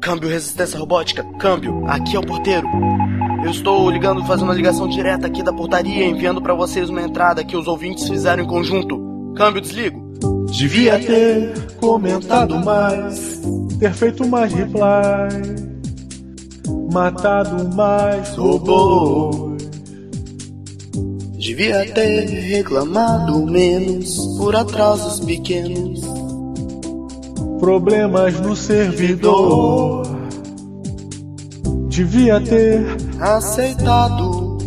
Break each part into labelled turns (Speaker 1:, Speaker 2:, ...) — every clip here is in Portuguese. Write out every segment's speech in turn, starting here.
Speaker 1: Câmbio Resistência Robótica, câmbio, aqui é o porteiro. Eu estou ligando, fazendo uma ligação direta aqui da portaria, enviando para vocês uma entrada que os ouvintes fizeram em conjunto. Câmbio, desligo.
Speaker 2: Devia ter comentado mais, ter feito mais reply, matado mais robô.
Speaker 1: Devia ter reclamado menos por atrasos pequenos.
Speaker 2: problemas no servidor. Devia ter
Speaker 1: Aceitado,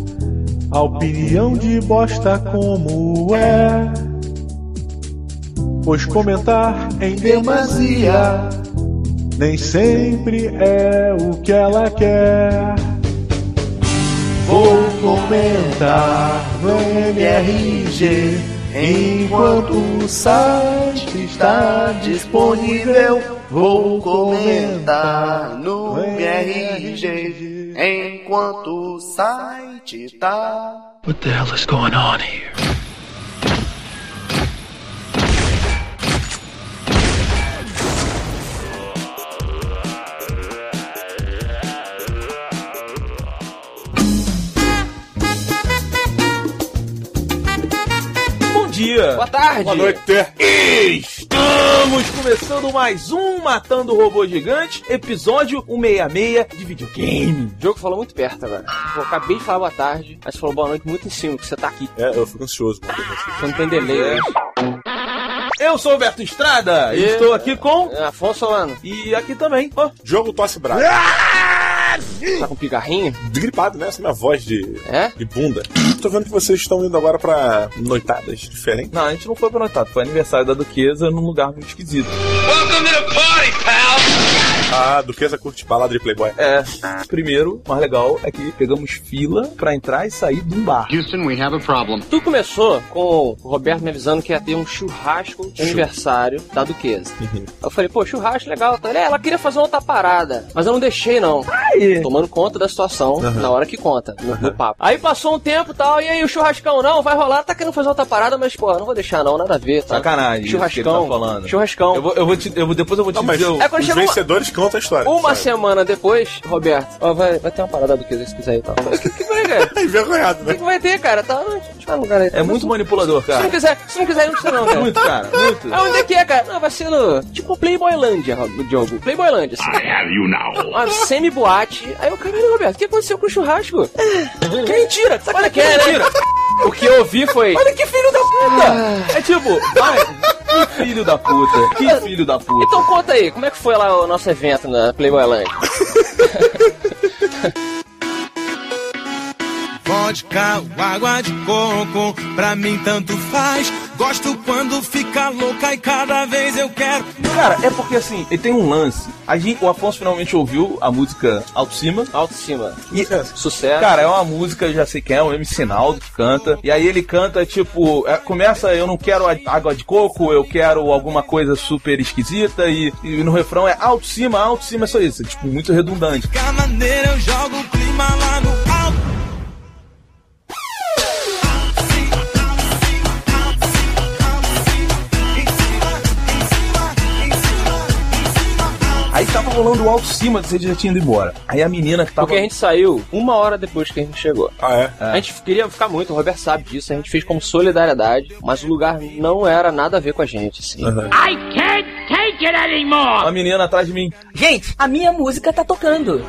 Speaker 2: a opinião de bosta como é. Pois comentar em demasia nem sempre é o que ela quer. Vou comentar no MRG enquanto o site está disponível. Vou comentar no MRG
Speaker 1: enquanto o site tá.
Speaker 3: What the hell is going on here?
Speaker 4: Bom dia! Boa tarde! Boa noite! Estamos começando mais um Matando o Robô Gigante, episódio 166 de videogame.
Speaker 5: O jogo falou muito perto agora. Pô, acabei de falar boa tarde, mas falou boa noite muito em cima, que você tá aqui.
Speaker 6: É, eu fico ansioso.
Speaker 5: Você não tem delay, né?
Speaker 4: Eu sou o Beto Estrada e
Speaker 5: E-
Speaker 4: estou aqui com.
Speaker 5: É, Afonso Solano,
Speaker 4: E aqui também. ó,
Speaker 6: Jogo Tosse Braga.
Speaker 5: tá com pigarrinho?
Speaker 6: Gripado, né? Essa é minha voz de,
Speaker 5: É?
Speaker 6: de bunda. Tô vendo que vocês estão indo agora pra noitadas diferentes.
Speaker 4: Não, a gente não foi pra notado, foi aniversário da Duquesa num lugar muito esquisito.
Speaker 6: Ah, Duquesa curte balada de Playboy.
Speaker 4: É, primeiro, o mais legal é que pegamos fila pra entrar e sair de um bar.
Speaker 7: Houston, we have a problem.
Speaker 5: Tudo começou com o Roberto me avisando que ia ter um churrasco de aniversário da Duquesa.
Speaker 4: Uhum.
Speaker 5: Eu falei, pô, churrasco legal. Tá? Ele, é, Ela queria fazer uma outra parada, mas eu não deixei, não.
Speaker 4: Aí!
Speaker 5: Tomando conta da situação na hora que conta, no, no papo. Aí passou um tempo e tal, e aí o churrascão não, vai rolar, tá querendo fazer outra parada, mas, pô, não vou deixar não, nada a ver, tá?
Speaker 4: Sacanagem, isso que ele
Speaker 5: Churrascão.
Speaker 4: tá falando.
Speaker 5: Churrascão.
Speaker 4: Eu vou, eu vou te. Eu vou, depois eu vou te
Speaker 6: Não, mas
Speaker 4: dizer. o-
Speaker 5: É quando
Speaker 6: os
Speaker 5: chega uma-
Speaker 6: vencedores contam a história.
Speaker 5: Uma
Speaker 6: sabe?
Speaker 5: semana depois, Roberto, ó, vai, vai ter uma parada do que se quiser e tal. O que, que vai, cara?
Speaker 6: Tá envergonhado,
Speaker 5: O que,
Speaker 6: né?
Speaker 5: que vai ter, cara? Tá, não, deixa eu te falar um lugar aí.
Speaker 4: É muito manipulador,
Speaker 5: Se não
Speaker 4: cara.
Speaker 5: quiser, se não quiser, não precisa não, cara.
Speaker 4: Muito, cara. Muito.
Speaker 5: Ah, onde é que é, cara? Não, vai ser no. Tipo Playboylândia, Rob- o jogo. Playboylândia, assim. I have you now. Uma semi-boate. Aí o caralho, Roberto, o que aconteceu com o churrasco? Ah, que mentira! Sabe Olha que é, né?
Speaker 4: Mentira!
Speaker 5: O que eu ouvi foi. Ah.
Speaker 4: Olha que filho da puta! É tipo, vai, que filho da puta, que filho da puta.
Speaker 5: Então conta aí, como é que foi lá o nosso evento na Playboylândia?
Speaker 8: vodka ou água de coco, pra mim tanto faz. Gosto quando fica louca e cada vez eu quero.
Speaker 4: Cara, é porque assim, ele tem um lance. A gente, o Afonso finalmente ouviu a música Alto Cima.
Speaker 5: Alto e cima.
Speaker 4: E,
Speaker 5: Sucesso.
Speaker 4: cara, é uma música, eu já sei quem é, um MC Naldo que canta. E aí ele canta, tipo, é, começa eu não quero a- água de coco, eu quero alguma coisa super esquisita. E, e no refrão é alto cima, alto cima, é só isso. Tipo, muito redundante.
Speaker 8: Fica maneira, eu jogo o clima lá no alto.
Speaker 4: Aí tava rolando o alto cima, você já tinha ido embora. Aí a menina que tava.
Speaker 5: Porque a gente saiu uma hora depois que a gente chegou.
Speaker 6: Ah, é?
Speaker 5: A gente queria ficar muito, o Roberto sabe disso, a gente fez como solidariedade, mas o lugar não era nada a ver com a gente, assim.
Speaker 4: A menina atrás de mim. Gente,
Speaker 9: A minha música tá tocando.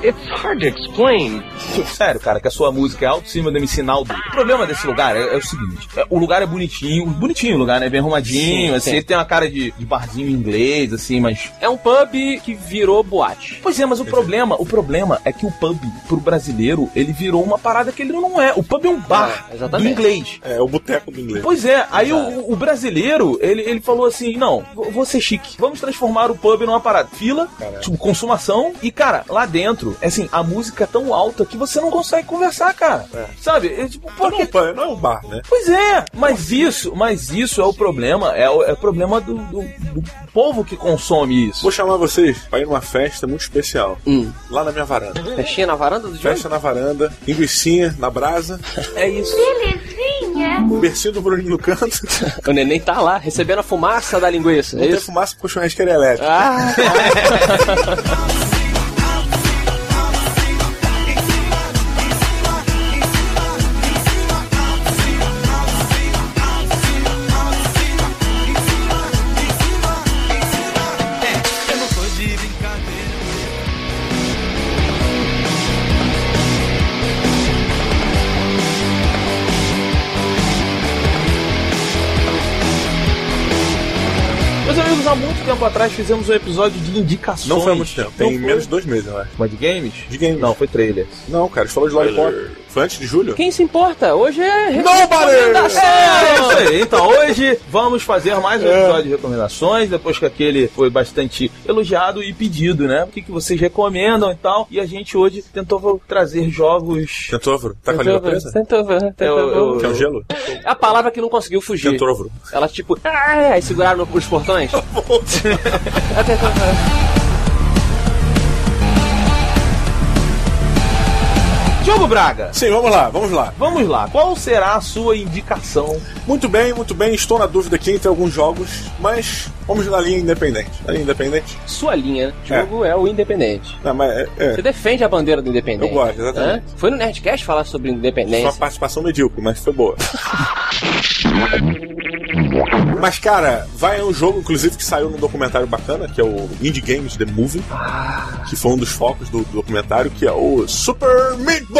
Speaker 4: Sério, cara, que a sua música é alto em cima do MC Naldo. O problema desse lugar é, é o seguinte: é, o lugar é bonitinho, bonitinho o lugar, né? Bem arrumadinho,
Speaker 5: Sim,
Speaker 4: assim,
Speaker 5: sim.
Speaker 4: ele tem uma cara de, de barzinho inglês, assim, mas.
Speaker 5: É um pub que virou boate.
Speaker 4: Pois é, mas o problema, o problema é que o pub, pro brasileiro, ele virou uma parada que ele não é. O pub é um bar
Speaker 5: É,
Speaker 4: do
Speaker 5: exatamente.
Speaker 4: inglês.
Speaker 6: É o boteco do inglês.
Speaker 4: Pois é, aí o, o brasileiro, ele, ele falou assim: não, vou vou ser chique. Vamos transformar o pub numa parada. Fila, tipo, consumação. E, cara, lá dentro, é assim, a música é tão alta que você não consegue conversar, cara. Sabe? É, tipo,
Speaker 6: Pô,
Speaker 4: por
Speaker 6: não,
Speaker 4: que
Speaker 6: pô, não é um bar, né?
Speaker 4: Pois é, mas isso, mas isso é o problema, é o é o problema do, do- do povo que consome isso.
Speaker 6: Vou chamar vocês pra ir numa festa muito especial.
Speaker 5: Hum.
Speaker 6: Lá na minha varanda.
Speaker 5: Festinha na varanda do Diogo?
Speaker 6: Festa na varanda, linguicinha na brasa,
Speaker 4: É isso.
Speaker 6: bercinho do Bruno no canto,
Speaker 5: O neném tá lá, recebendo a fumaça da linguiça, é
Speaker 6: tem
Speaker 5: isso?
Speaker 6: fumaça porque o churrasqueiro é elétrico.
Speaker 5: Ah,
Speaker 4: há muito tempo atrás fizemos um episódio de indicações.
Speaker 6: Não foi há muito tempo. Tem
Speaker 4: Não foi.
Speaker 6: menos de dois meses, eu acho.
Speaker 4: Mas de games?
Speaker 6: De games.
Speaker 4: Não, foi trailer.
Speaker 6: Não, cara, a gente falou de Lollipop. Foi antes de julho?
Speaker 5: Quem se importa? Hoje é
Speaker 6: Nobody!
Speaker 5: recomendação.
Speaker 4: É isso aí. Então, hoje vamos fazer mais um episódio de recomendações, depois que aquele foi bastante elogiado e pedido, né? O que, que vocês recomendam e tal. E a gente hoje tentou trazer jogos.
Speaker 6: Tentovro. Tá com a língua
Speaker 5: Tentou ver,
Speaker 6: presa?
Speaker 5: tentou ver, tentou
Speaker 4: eu-
Speaker 5: ver.
Speaker 6: Que é um gelo?
Speaker 5: É A palavra que não conseguiu fugir.
Speaker 6: Tentovro.
Speaker 5: Ela tipo, ah, aí seguraram os portões.
Speaker 4: Diogo Braga!
Speaker 6: Sim, vamos lá, vamos lá.
Speaker 4: Vamos lá, qual será a sua indicação?
Speaker 6: Muito bem, muito bem. Estou na dúvida aqui entre alguns jogos, mas vamos na linha independente. Na linha independente?
Speaker 5: Sua linha, né? jogo é. o independente.
Speaker 6: Não, mas é, é.
Speaker 5: Você defende a bandeira do independente.
Speaker 6: Eu gosto, exatamente.
Speaker 5: Hã? Foi no Nerdcast falar sobre
Speaker 6: Só uma
Speaker 5: independência.
Speaker 6: participação medíocre, mas foi boa. Mas, cara, vai é um jogo, inclusive, que saiu num documentário bacana, que é o Indie Games The Movie, que foi um dos focos do, do documentário, que é o Super Meat Boy!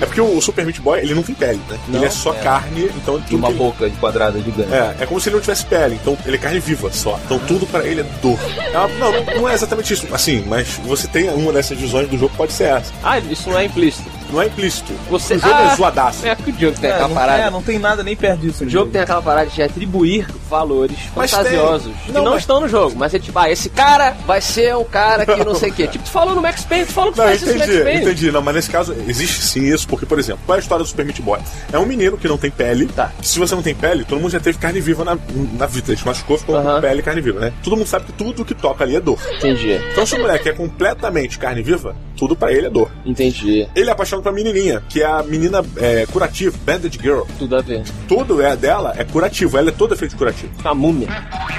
Speaker 6: É porque o Super Meat Boy, ele não tem pele, né? ele é só carne, então ele
Speaker 4: E
Speaker 6: tudo
Speaker 4: uma
Speaker 6: que-
Speaker 4: boca quadrada gigante.
Speaker 6: é, é como se ele não tivesse pele, então ele é carne viva só. Então tudo pra ele é dor. É uma- não, não- não é exatamente isso. Assim, mas você tem uma dessas visões do jogo, pode ser essa.
Speaker 5: Ah, isso não é implícito.
Speaker 6: Não é implícito.
Speaker 5: Você-
Speaker 6: O jogo
Speaker 5: Ah!
Speaker 6: é zoadaço.
Speaker 5: É que o jogo tem aquela
Speaker 4: não,
Speaker 5: parada.
Speaker 4: é, não tem nada nem perto disso.
Speaker 5: O jogo tem aquela parada de atribuir valores
Speaker 6: Mas
Speaker 5: fantasiosos
Speaker 6: tem.
Speaker 5: que
Speaker 6: Não,
Speaker 5: não
Speaker 6: mas-
Speaker 5: estão no jogo, mas é tipo, ah, esse cara vai ser um cara que não sei o quê. Tipo, tu falou no Max Payne, tu falou que tu
Speaker 6: Não,
Speaker 5: faz isso no Max
Speaker 6: entendi,
Speaker 5: Payne.
Speaker 6: entendi. Não, mas nesse caso existe sim isso, porque, por exemplo, qual é a história do Super Meat Boy? É um menino que não tem pele.
Speaker 5: Tá.
Speaker 6: Que se você não tem pele, todo mundo já teve carne viva na, na vida. Ele se machucou, ficou
Speaker 5: Aham.
Speaker 6: com pele e carne viva, né? Todo mundo sabe que tudo que toca ali é dor.
Speaker 5: Entendi,
Speaker 6: Então, se o moleque é completamente carne viva, tudo pra ele é dor.
Speaker 5: entendi.
Speaker 6: Ele é apaixonado pra menininha, que é a menina é, curativa, Banded Girl.
Speaker 5: Tudo a ver.
Speaker 6: Tudo é dela é curativo, ela é toda feita de curativo.
Speaker 5: Uma múmia.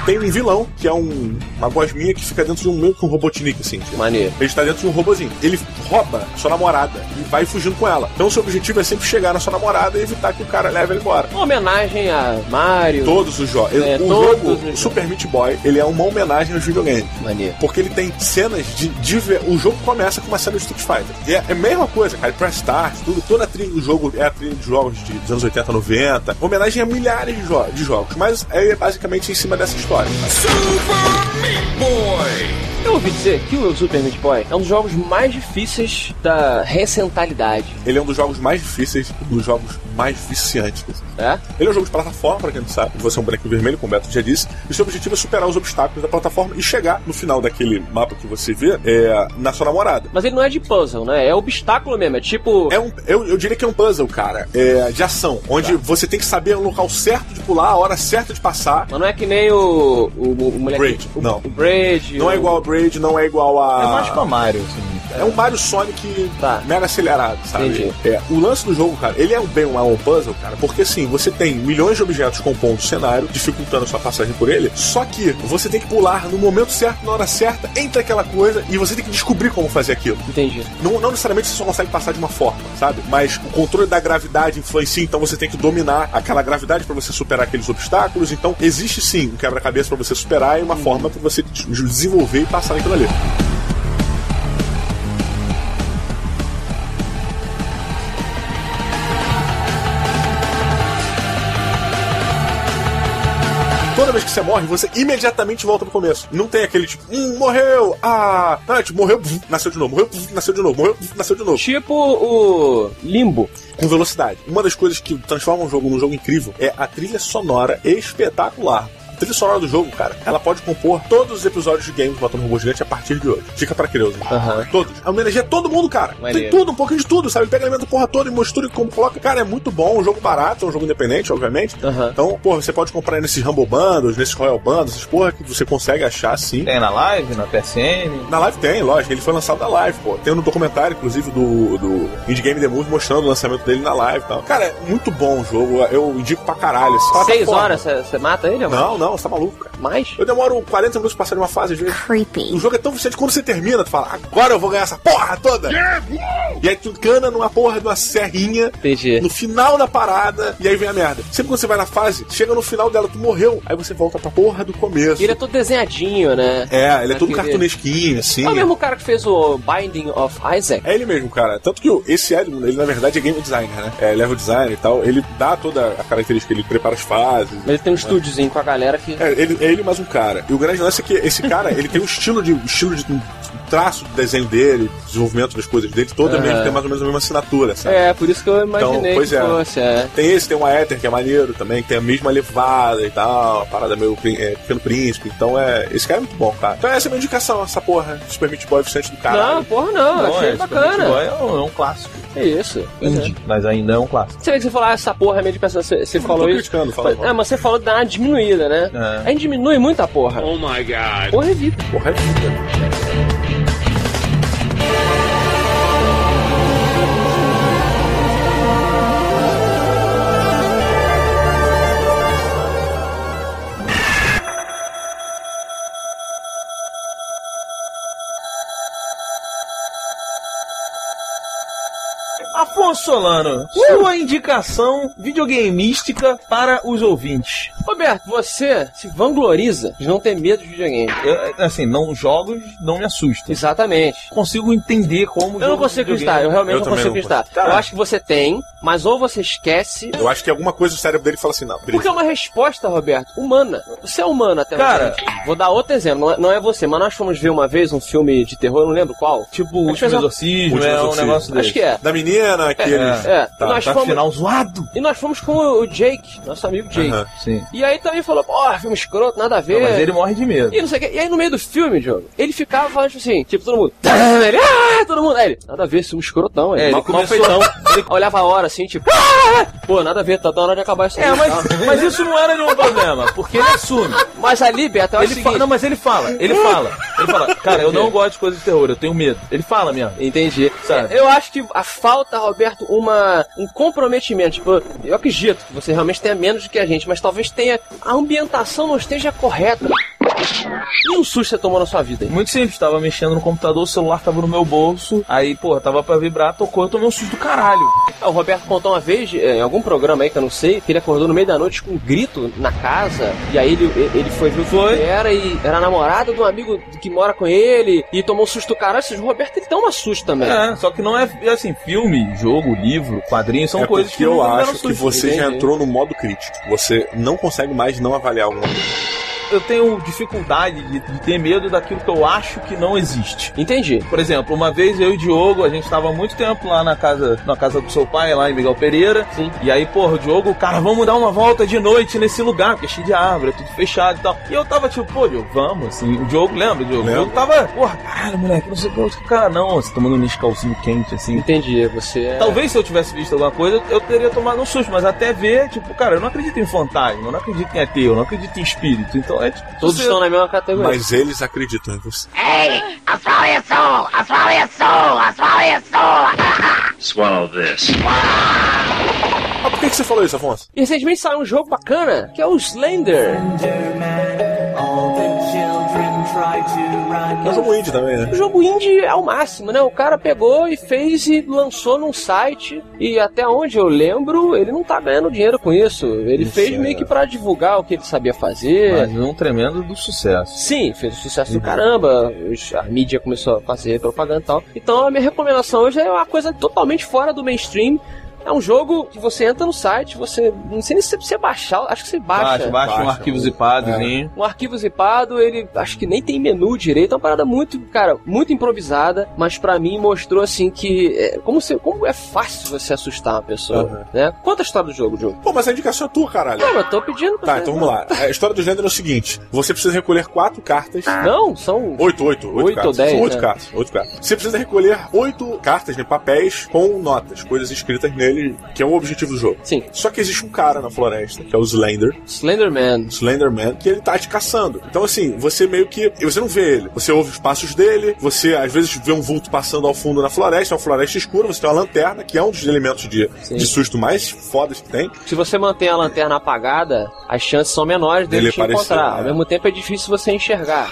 Speaker 6: Tem um vilão, que é um, uma gosminha que fica dentro de um meio que um robotnik, assim. tipo.
Speaker 5: Maneiro.
Speaker 6: Ele está dentro de um robozinho. Ele rouba sua namorada e vai fugindo com ela. Então, seu objetivo é sempre chegar na sua namorada e evitar que o cara leve ele embora.
Speaker 5: Uma homenagem a Mario.
Speaker 6: Todos os jogos.
Speaker 5: É,
Speaker 6: o
Speaker 5: todos os
Speaker 6: jogo
Speaker 5: jogos.
Speaker 6: Super Meat Boy, ele é uma homenagem aos videogames.
Speaker 5: Maneiro.
Speaker 6: Porque ele tem cenas de, de ver- O jogo começa com uma cena de Street Fighter. E é é a mesma coisa, cara. Press Start, tudo. Toda a trilha do jogo é a trilha de jogos de, dos anos 80, 90. Homenagem a milhares de, jo- de jogos. Mas é basicamente em cima dessa história.
Speaker 5: Eu ouvi dizer que o Super Meat Boy é um dos jogos mais difíceis da recentalidade,
Speaker 6: Ele é um dos jogos mais difíceis, um dos jogos mais viciantes.
Speaker 5: né?
Speaker 6: Ele é um jogo de plataforma, pra quem não sabe. Você é um boneco vermelho, como o Beto já disse. E seu objetivo é superar os obstáculos da plataforma e chegar no final daquele mapa que você vê é, na sua namorada.
Speaker 5: Mas ele não é de puzzle, né? É obstáculo mesmo, é tipo...
Speaker 6: É um, eu, eu diria que é um puzzle, cara, é, de ação, onde você tem que saber o local certo de pular, a hora certa de passar.
Speaker 5: Mas não é que nem o... O, o, o moleque...
Speaker 6: Braid,
Speaker 5: o,
Speaker 6: não.
Speaker 5: O Braid...
Speaker 6: Não
Speaker 5: o-
Speaker 6: é igual a Braid, não é igual a.
Speaker 4: É mais pra Mario, assim.
Speaker 6: É um Mario Sonic
Speaker 5: Tá.
Speaker 6: mega acelerado, sabe?
Speaker 5: Entendi.
Speaker 6: É, o lance do jogo, cara, ele é um bem um- um puzzle, cara, porque assim, você tem milhões de objetos compondo o cenário, dificultando a sua passagem por ele, só que você tem que pular no momento certo, na hora certa, entre aquela coisa, e você tem que descobrir como fazer aquilo.
Speaker 5: Entendi.
Speaker 6: Não, não necessariamente você só consegue passar de uma forma, sabe? Mas o controle da gravidade influencia, então você tem que dominar aquela gravidade pra você superar aqueles obstáculos. Então existe sim um quebra-cabeça pra você superar e uma forma pra você des- desenvolver e passar aquilo ali. Toda vez que você morre, você imediatamente volta pro começo. Não tem aquele tipo, hum, morreu, ah, não, é tipo, morreu, buf, nasceu de novo, morreu, buf, nasceu de novo, morreu, buf, nasceu de novo
Speaker 5: Tipo o Limbo.
Speaker 6: com velocidade. Uma das coisas que transforma um jogo num jogo incrível é a trilha sonora espetacular. A trilha sonora do jogo, cara, ela pode compor todos os episódios de games do Matando Robô Gigante a partir de hoje. Fica pra curioso.
Speaker 5: Aham.
Speaker 6: Todos. É A homenageia todo mundo, cara. Tem
Speaker 5: Maneiro.
Speaker 6: tudo, um pouquinho de tudo, sabe? Pega elemento porra toda e mistura e como coloca. Cara, é muito bom. Um jogo barato, é um jogo independente, obviamente.
Speaker 5: Aham.
Speaker 6: Então, porra, você pode comprar nesses Rumble Bandos, nesses Royal Bandos, essas porra que você consegue achar, sim.
Speaker 4: Tem na live, na PSN.
Speaker 6: Na live tem, lógico, ele foi lançado na live, pô. Tem no documentário, inclusive, do, do Indie Game The Movie mostrando o lançamento dele na live e tal. Cara, é muito bom o jogo, eu indico pra caralho. Assim,
Speaker 5: Seis
Speaker 6: Plataforma.
Speaker 5: horas você mata ele, mano?
Speaker 6: Não, não, você tá maluco, cara.
Speaker 5: mais?
Speaker 6: Eu demoro 40 minutos pra sair de uma fase, às vezes.
Speaker 7: Creepy.
Speaker 6: O jogo é tão viciante quando você termina, tu fala, agora eu vou ganhar essa porra toda! E aí tu cana numa porra de uma serrinha
Speaker 5: Entendi.
Speaker 6: no final da parada, e aí vem a merda. Sempre quando você vai na fase, chega no final dela, tu morreu, aí você volta pra porra do começo.
Speaker 5: E ele é todo desenhadinho, né?
Speaker 6: É, ele é todo
Speaker 5: Aquele-
Speaker 6: cartunesquinho, assim.
Speaker 5: É o mesmo cara que fez o Binding of Isaac.
Speaker 6: É ele mesmo, cara. Tanto que o- esse Edmund, ele na verdade é game designer, né? É level design e tal. Ele dá toda a característica, ele prepara as fases.
Speaker 5: Ele tem um estúdiozinho com a galera que.
Speaker 6: É ele, é ele mais um cara. E o grande lance é que esse cara, ele tem um estilo de. um estilo de um traço do desenho dele, desenvolvimento das coisas dele, todo mesmo tem mais ou menos a mesma assinatura, sabe?
Speaker 5: É, por isso que eu imaginei
Speaker 6: Então, pois
Speaker 5: que
Speaker 6: é.
Speaker 5: fosse. É.
Speaker 6: Tem esse, tem uma Ether que é maneiro também, que tem a mesma levada e tal, a parada meio prin- é, pequeno príncipe. Então é. Esse cara é muito bom, cara. Então essa é a minha indicação, essa porra. Super Meat Boy oficiante do
Speaker 5: Não,
Speaker 6: cara.
Speaker 5: porra, não.
Speaker 4: Não,
Speaker 5: Ah, achei
Speaker 4: é, Super Meat
Speaker 5: bacana.
Speaker 4: Boy é um, é um clássico.
Speaker 5: É isso. Pois é.
Speaker 4: Indie, mas ainda é um clássico.
Speaker 5: Você vê que você falou, ah, essa porra é meio de pessoa. Você, você falou
Speaker 6: tô
Speaker 5: isso.
Speaker 6: criticando, fala, fala.
Speaker 5: Ah, mas você falou de dar uma diminuída, né?
Speaker 4: É.
Speaker 5: A gente diminui muito a porra. Oh my god. Porra é vida.
Speaker 6: Porra, é vida.
Speaker 4: Afonso Solano,
Speaker 5: Uh!
Speaker 4: sua indicação videogameística para os ouvintes.
Speaker 5: Roberto, você se vangloriza de não ter medo de videogame.
Speaker 4: Eu, assim, não jogos não me assustam.
Speaker 5: Exatamente.
Speaker 4: Consigo entender como.
Speaker 5: Eu não
Speaker 4: jogo
Speaker 5: consigo
Speaker 4: de videogame-
Speaker 5: acreditar, eu realmente
Speaker 6: Eu
Speaker 5: não
Speaker 6: também
Speaker 5: consigo
Speaker 6: não
Speaker 5: acreditar.
Speaker 6: consigo. Tá.
Speaker 5: Eu acho que você tem, mas ou você esquece.
Speaker 6: Eu acho que alguma coisa o cérebro dele fala assim, não,
Speaker 5: Porque é uma resposta, Roberto, humana. Você é humano até
Speaker 4: Cara.
Speaker 5: hoje. Vou dar outro exemplo, não é, não é você, mas nós fomos ver uma vez um filme de terror, eu não lembro qual.
Speaker 4: Tipo, o último
Speaker 5: Acho que é-
Speaker 4: exorcismo,
Speaker 6: Último
Speaker 4: é um
Speaker 6: Exorcismo.
Speaker 4: negócio desse.
Speaker 5: Acho que é.
Speaker 6: Da menina, que eles.
Speaker 5: É,
Speaker 6: Tá,
Speaker 5: nós
Speaker 4: Tá
Speaker 5: fomos,
Speaker 4: final zoado.
Speaker 5: e nós fomos com o Jake, nosso amigo Jake.
Speaker 6: Aham.
Speaker 4: Sim.
Speaker 5: E aí também falou, ó, filme escroto, nada a ver.
Speaker 4: Não, mas ele morre de medo.
Speaker 5: E não sei o que. E aí no meio do filme, Diogo, ele ficava falando tipo assim, tipo, todo mundo. Ele, ah, todo mundo. Aí ele, nada a ver, esse filme escrotão, ele,
Speaker 4: É, ele
Speaker 5: mal, mal
Speaker 4: começou-
Speaker 5: feitão. Ele olhava a hora assim, tipo, ah, pô, nada a ver, tá na hora de acabar isso aí.
Speaker 4: É, mas,
Speaker 5: tá?
Speaker 4: mas isso não era nenhum problema, porque ele assume.
Speaker 5: mas ali, Beto, eu acho Então é o
Speaker 4: Ele fala,
Speaker 5: seguinte.
Speaker 4: não, mas ele fala, ele fala. Ele fala, cara, eu não gosto de coisas de terror, eu tenho medo. Ele fala mesmo.
Speaker 5: Entendi.
Speaker 4: Sabe?
Speaker 5: Eu acho que a falta, Roberto, uma um comprometimento. Tipo, eu acredito que você realmente tenha menos do que a gente, mas talvez tenha a ambientação não esteja correta. E um susto você tomou na sua vida? hein?
Speaker 4: Muito simples, tava mexendo no computador, o celular tava no meu bolso, aí, porra, tava pra vibrar, tocou, eu tomei um susto do caralho.
Speaker 5: Ah, O Roberto contou uma vez, eh, em algum programa aí que eu não sei, que ele acordou no meio da noite com um grito na casa, e aí ele, ele foi ver o
Speaker 4: Foi.
Speaker 5: que era, e era a namorada do amigo que mora com ele, e tomou um susto do caralho. Ou seja, O Roberto ele toma susto também.
Speaker 4: É, só que não é, é assim, filme, jogo, livro, quadrinho, são
Speaker 6: é
Speaker 4: coisas
Speaker 6: porque
Speaker 4: que
Speaker 6: eu
Speaker 4: não me deram
Speaker 6: acho que
Speaker 4: susto.
Speaker 6: você já
Speaker 5: Entendi.
Speaker 6: entrou no modo crítico. Você não consegue mais não avaliar alguma coisa.
Speaker 4: Eu tenho dificuldade de, de ter medo daquilo que eu acho que não existe.
Speaker 5: Entendi.
Speaker 4: Por exemplo, uma vez eu e o Diogo, a gente tava há muito tempo lá na casa, na casa do seu pai, lá em Miguel Pereira.
Speaker 5: Sim.
Speaker 4: E aí, porra, o Diogo, cara, vamos dar uma volta de noite nesse lugar, porque é cheio de árvore, é tudo fechado e tal. E eu tava tipo, pô, Diogo, vamos, assim. O Diogo, lembra, Diogo?
Speaker 6: Lembro.
Speaker 4: O Diogo tava, porra, caralho, moleque, não sei o que, eu- cara, não, você tomando um Nescauzinho quente, assim.
Speaker 5: Entendi. Você é.
Speaker 4: Talvez se eu tivesse visto alguma coisa, eu teria tomado um susto, mas até ver, tipo, cara, eu não acredito em fantasma, eu não acredito em ateu, eu não acredito em espírito. Então é tipo.
Speaker 5: Todos
Speaker 4: você-
Speaker 5: estão na mesma categoria.
Speaker 6: Mas eles acreditam em você.
Speaker 3: Swallow this.
Speaker 6: Ah, por que, que você falou isso, Afonso?
Speaker 5: E recentemente saiu um jogo bacana, que é o Slender.
Speaker 6: Mas é um indie também, né?
Speaker 5: O jogo indie é o máximo, né? O cara pegou e fez e lançou num site. E até onde eu lembro, ele não tá ganhando dinheiro com isso. Ele
Speaker 4: Isso,
Speaker 5: fez
Speaker 4: é.
Speaker 5: meio que pra divulgar o que ele sabia fazer.
Speaker 4: Mas um tremendo do sucesso.
Speaker 5: Sim, fez um sucesso
Speaker 6: Uhum.
Speaker 5: do caramba. os- A mídia começou a fazer propaganda e tal. Então a minha recomendação hoje é uma coisa totalmente fora do mainstream. É um jogo que você entra no site, você. Não sei nem se você precisa baixar, acho que você
Speaker 4: Baixa, baixa, um
Speaker 6: baixa.
Speaker 4: arquivo zipadozinho.
Speaker 5: um arquivo zipado, ele acho que nem tem menu direito, é uma parada muito, cara, muito improvisada, mas pra mim mostrou assim que é, como, se, como é fácil você assustar uma pessoa,
Speaker 6: Uhum.
Speaker 5: né? Conta a história do jogo, Diogo.
Speaker 6: Pô, mas a indicação é tua, caralho.
Speaker 5: Não, eu tô pedindo pra
Speaker 6: Tá,
Speaker 5: você-
Speaker 6: então vamos lá. A história do gênero é o seguinte: você precisa recolher quatro cartas.
Speaker 5: Não, são
Speaker 6: Oito, oito, oito,
Speaker 5: Oito
Speaker 6: cartas.
Speaker 5: ou dez,
Speaker 6: São oito
Speaker 5: né?
Speaker 6: cartas, oito cartas. Você precisa recolher oito cartas, né, papéis com notas, coisas escritas ele, que é o objetivo do jogo.
Speaker 5: Sim.
Speaker 6: Só que existe um cara na floresta, que é o Slender,
Speaker 5: Slenderman.
Speaker 6: Slenderman, que ele tá te caçando. Então, assim, você meio que. Você não vê ele. Você ouve os passos dele, você às vezes vê um vulto passando ao fundo na floresta, é uma floresta escura, você tem uma lanterna, que é um dos elementos de,
Speaker 5: Sim.
Speaker 6: de susto mais fodas que tem.
Speaker 5: Se você mantém a lanterna apagada, as chances são menores dele
Speaker 6: Dele
Speaker 5: te
Speaker 6: aparecer,
Speaker 5: encontrar.
Speaker 6: né?
Speaker 5: Ao mesmo tempo é difícil você enxergar.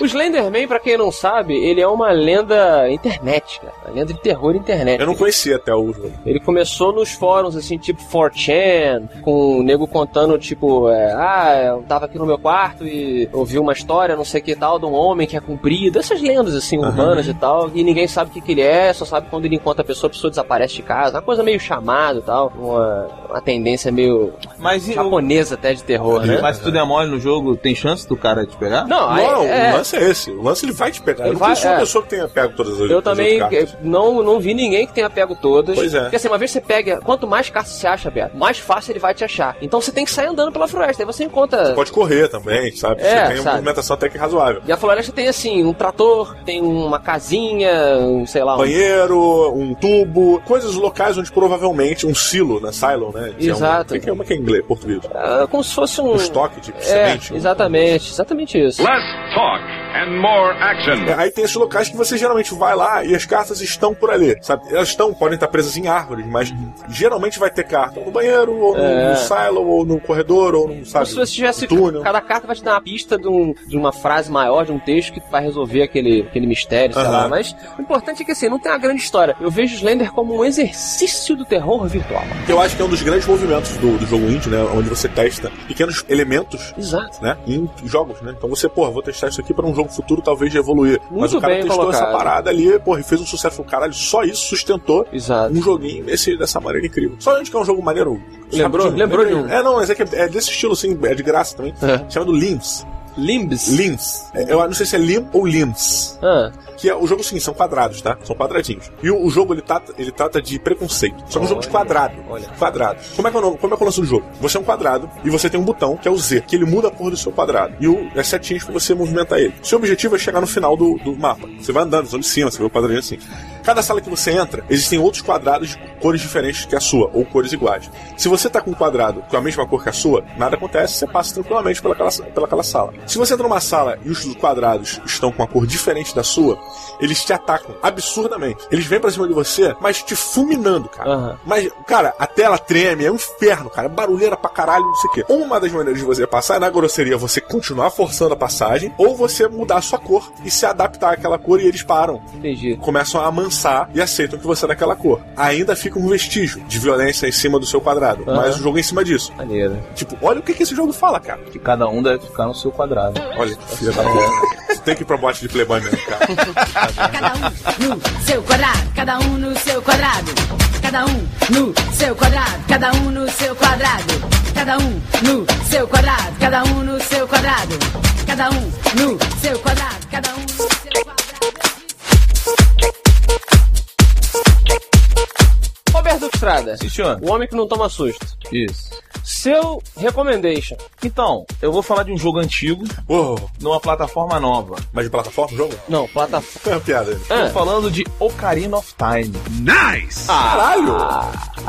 Speaker 5: O Slenderman, pra quem não sabe, ele é uma lenda internet, cara. Uma lenda de terror internet.
Speaker 6: Eu não conhecia até o jogo.
Speaker 5: Ele começou nos fóruns, assim, tipo 4chan, com o nego contando, tipo, é, ah, eu tava aqui no meu quarto e ouvi uma história, não sei que tal, de um homem que é cumprido, essas lendas, assim, urbanas e tal, e ninguém sabe o que, que ele é, só sabe quando ele encontra a pessoa, a pessoa desaparece de casa, uma coisa meio chamada e tal, uma, uma tendência meio
Speaker 4: Mas, e o-
Speaker 5: japonesa até de terror, né?
Speaker 4: mas se tu der mole no jogo, tem chance do cara te pegar?
Speaker 5: Não, aí-
Speaker 6: não,
Speaker 5: é,
Speaker 6: o lance é esse. O lance ele vai te pegar.
Speaker 5: Ele
Speaker 6: Eu não
Speaker 5: vai-
Speaker 6: conheço uma
Speaker 5: é.
Speaker 6: pessoa que tenha pego todas as
Speaker 5: Eu
Speaker 6: as
Speaker 5: também
Speaker 6: outras cartas.
Speaker 5: eh, não, não vi ninguém que tenha pego todas.
Speaker 6: Pois é.
Speaker 5: Porque assim, uma vez você pega, quanto mais cartas você acha, Beto, mais fácil ele vai te achar. Então você tem que sair andando pela floresta. Aí você encontra.
Speaker 6: Pode correr também, sabe?
Speaker 5: É,
Speaker 6: Você tem uma
Speaker 5: sabe.
Speaker 6: movimentação até que é razoável.
Speaker 5: E a floresta tem assim, um trator, tem uma casinha, um, sei lá, um
Speaker 6: Banheiro, um tubo, coisas locais onde provavelmente um silo, né? Silo, né? Que
Speaker 5: Exato.
Speaker 6: É um, que é uma que é em inglês, português.
Speaker 5: ah, como se fosse um.
Speaker 6: Um estoque de
Speaker 5: é,
Speaker 6: semente. um-
Speaker 5: exatamente, exatamente isso.
Speaker 3: Less talk and more action.
Speaker 6: É, aí tem esses locais que você geralmente vai lá e as cartas estão por ali, sabe? Elas estão, podem estar presas em árvores, mas geralmente vai ter carta no banheiro, ou no,
Speaker 5: É.
Speaker 6: no silo, ou no corredor, ou num,
Speaker 5: Como
Speaker 6: sabe?
Speaker 5: se você tivesse.
Speaker 6: no Um túnel.
Speaker 5: Cada carta vai te dar uma pista de, um- de uma frase maior, de um texto que vai resolver aquele, aquele mistério, sei
Speaker 6: Aham.
Speaker 5: lá. Mas o importante é que assim, não tem uma grande história. Eu vejo o Slender como um exercício do terror virtual.
Speaker 6: Eu acho que é um dos grandes movimentos do, do jogo indie, né? Onde você testa pequenos elementos
Speaker 5: Exato.
Speaker 6: né? Em jogos, né? Então você, porra, vou testar isso aqui pra um jogo futuro talvez de evoluir.
Speaker 5: Muito
Speaker 6: Mas o cara
Speaker 5: bem
Speaker 6: testou essa
Speaker 5: colocado.
Speaker 6: parada ali, porra, e fez um sucesso do caralho, só isso sustentou
Speaker 5: Exato.
Speaker 6: um joguinho desse, dessa maneira incrível. Só onde que é um jogo maneiro.
Speaker 5: Lembrou?
Speaker 6: rapidinho,
Speaker 5: Lembrou
Speaker 6: lembrei.
Speaker 5: de um.
Speaker 6: É, não, mas é que é desse estilo, assim, é de graça também.
Speaker 5: É.
Speaker 6: Chamado Limbs.
Speaker 5: Limbs.
Speaker 6: Limbs. É, eu não sei se é Lim ou Limbs.
Speaker 5: Ah,
Speaker 6: Que é o jogo seguinte, são quadrados, tá? São quadradinhos. E o, o jogo ele trata, ele trata de preconceito. Só que é um jogo de quadrado. Olha. Quadrado. Como é, que é o nome- como é que é o lance do jogo? Você é um quadrado e você tem um botão, que é o Z, que ele muda a cor do seu quadrado. E o, é setinhas pra você movimentar ele. Seu objetivo é chegar no final do, do mapa. Você vai andando, zona de cima, você vê o quadradinho assim. Cada sala que você entra, existem outros quadrados de cores diferentes que a sua, ou cores iguais. Se você tá com um quadrado com a mesma cor que a sua, nada acontece, você passa tranquilamente pela aquela- pela aquela sala. Se você entra numa sala e os quadrados estão com a cor diferente da sua, eles te atacam absurdamente. Eles vêm pra cima de você, mas te fulminando, cara.
Speaker 5: Aham.
Speaker 6: Mas, cara, a tela treme, é um inferno, cara. Barulheira pra caralho, não sei o quê. Uma das maneiras de você passar na grosseria é você continuar forçando a passagem, ou você mudar a sua cor e se adaptar àquela cor e eles param
Speaker 5: entendi.
Speaker 6: começam a amansar e aceitam que você é daquela cor. Ainda fica um vestígio de violência em cima do seu quadrado,
Speaker 5: Aham.
Speaker 6: mas o jogo é em cima disso.
Speaker 5: Maneiro.
Speaker 6: Tipo, olha o que, que esse jogo fala, cara.
Speaker 4: Que cada um deve ficar no seu quadrado.
Speaker 6: Olha, que filha da puta. Você tem que ir pra boate de playboy mesmo, cara.
Speaker 7: Cada um no seu quadrado, cada um no seu quadrado. Cada um no seu quadrado, cada um no seu quadrado. Cada um no seu quadrado, cada um no seu quadrado. Cada um no seu quadrado, cada um no seu quadrado.
Speaker 5: Roberto Estrada,
Speaker 4: Sim, senhor.
Speaker 5: o homem que não toma susto.
Speaker 4: Isso.
Speaker 5: Seu recommendation.
Speaker 4: Então, eu vou falar de um jogo antigo
Speaker 6: Uou,
Speaker 4: numa plataforma nova.
Speaker 6: mas de plataforma o jogo?
Speaker 5: Não, plataforma. Ah.
Speaker 6: É uma piada. aí.
Speaker 4: Tô falando de Ocarina of Time
Speaker 6: Caralho!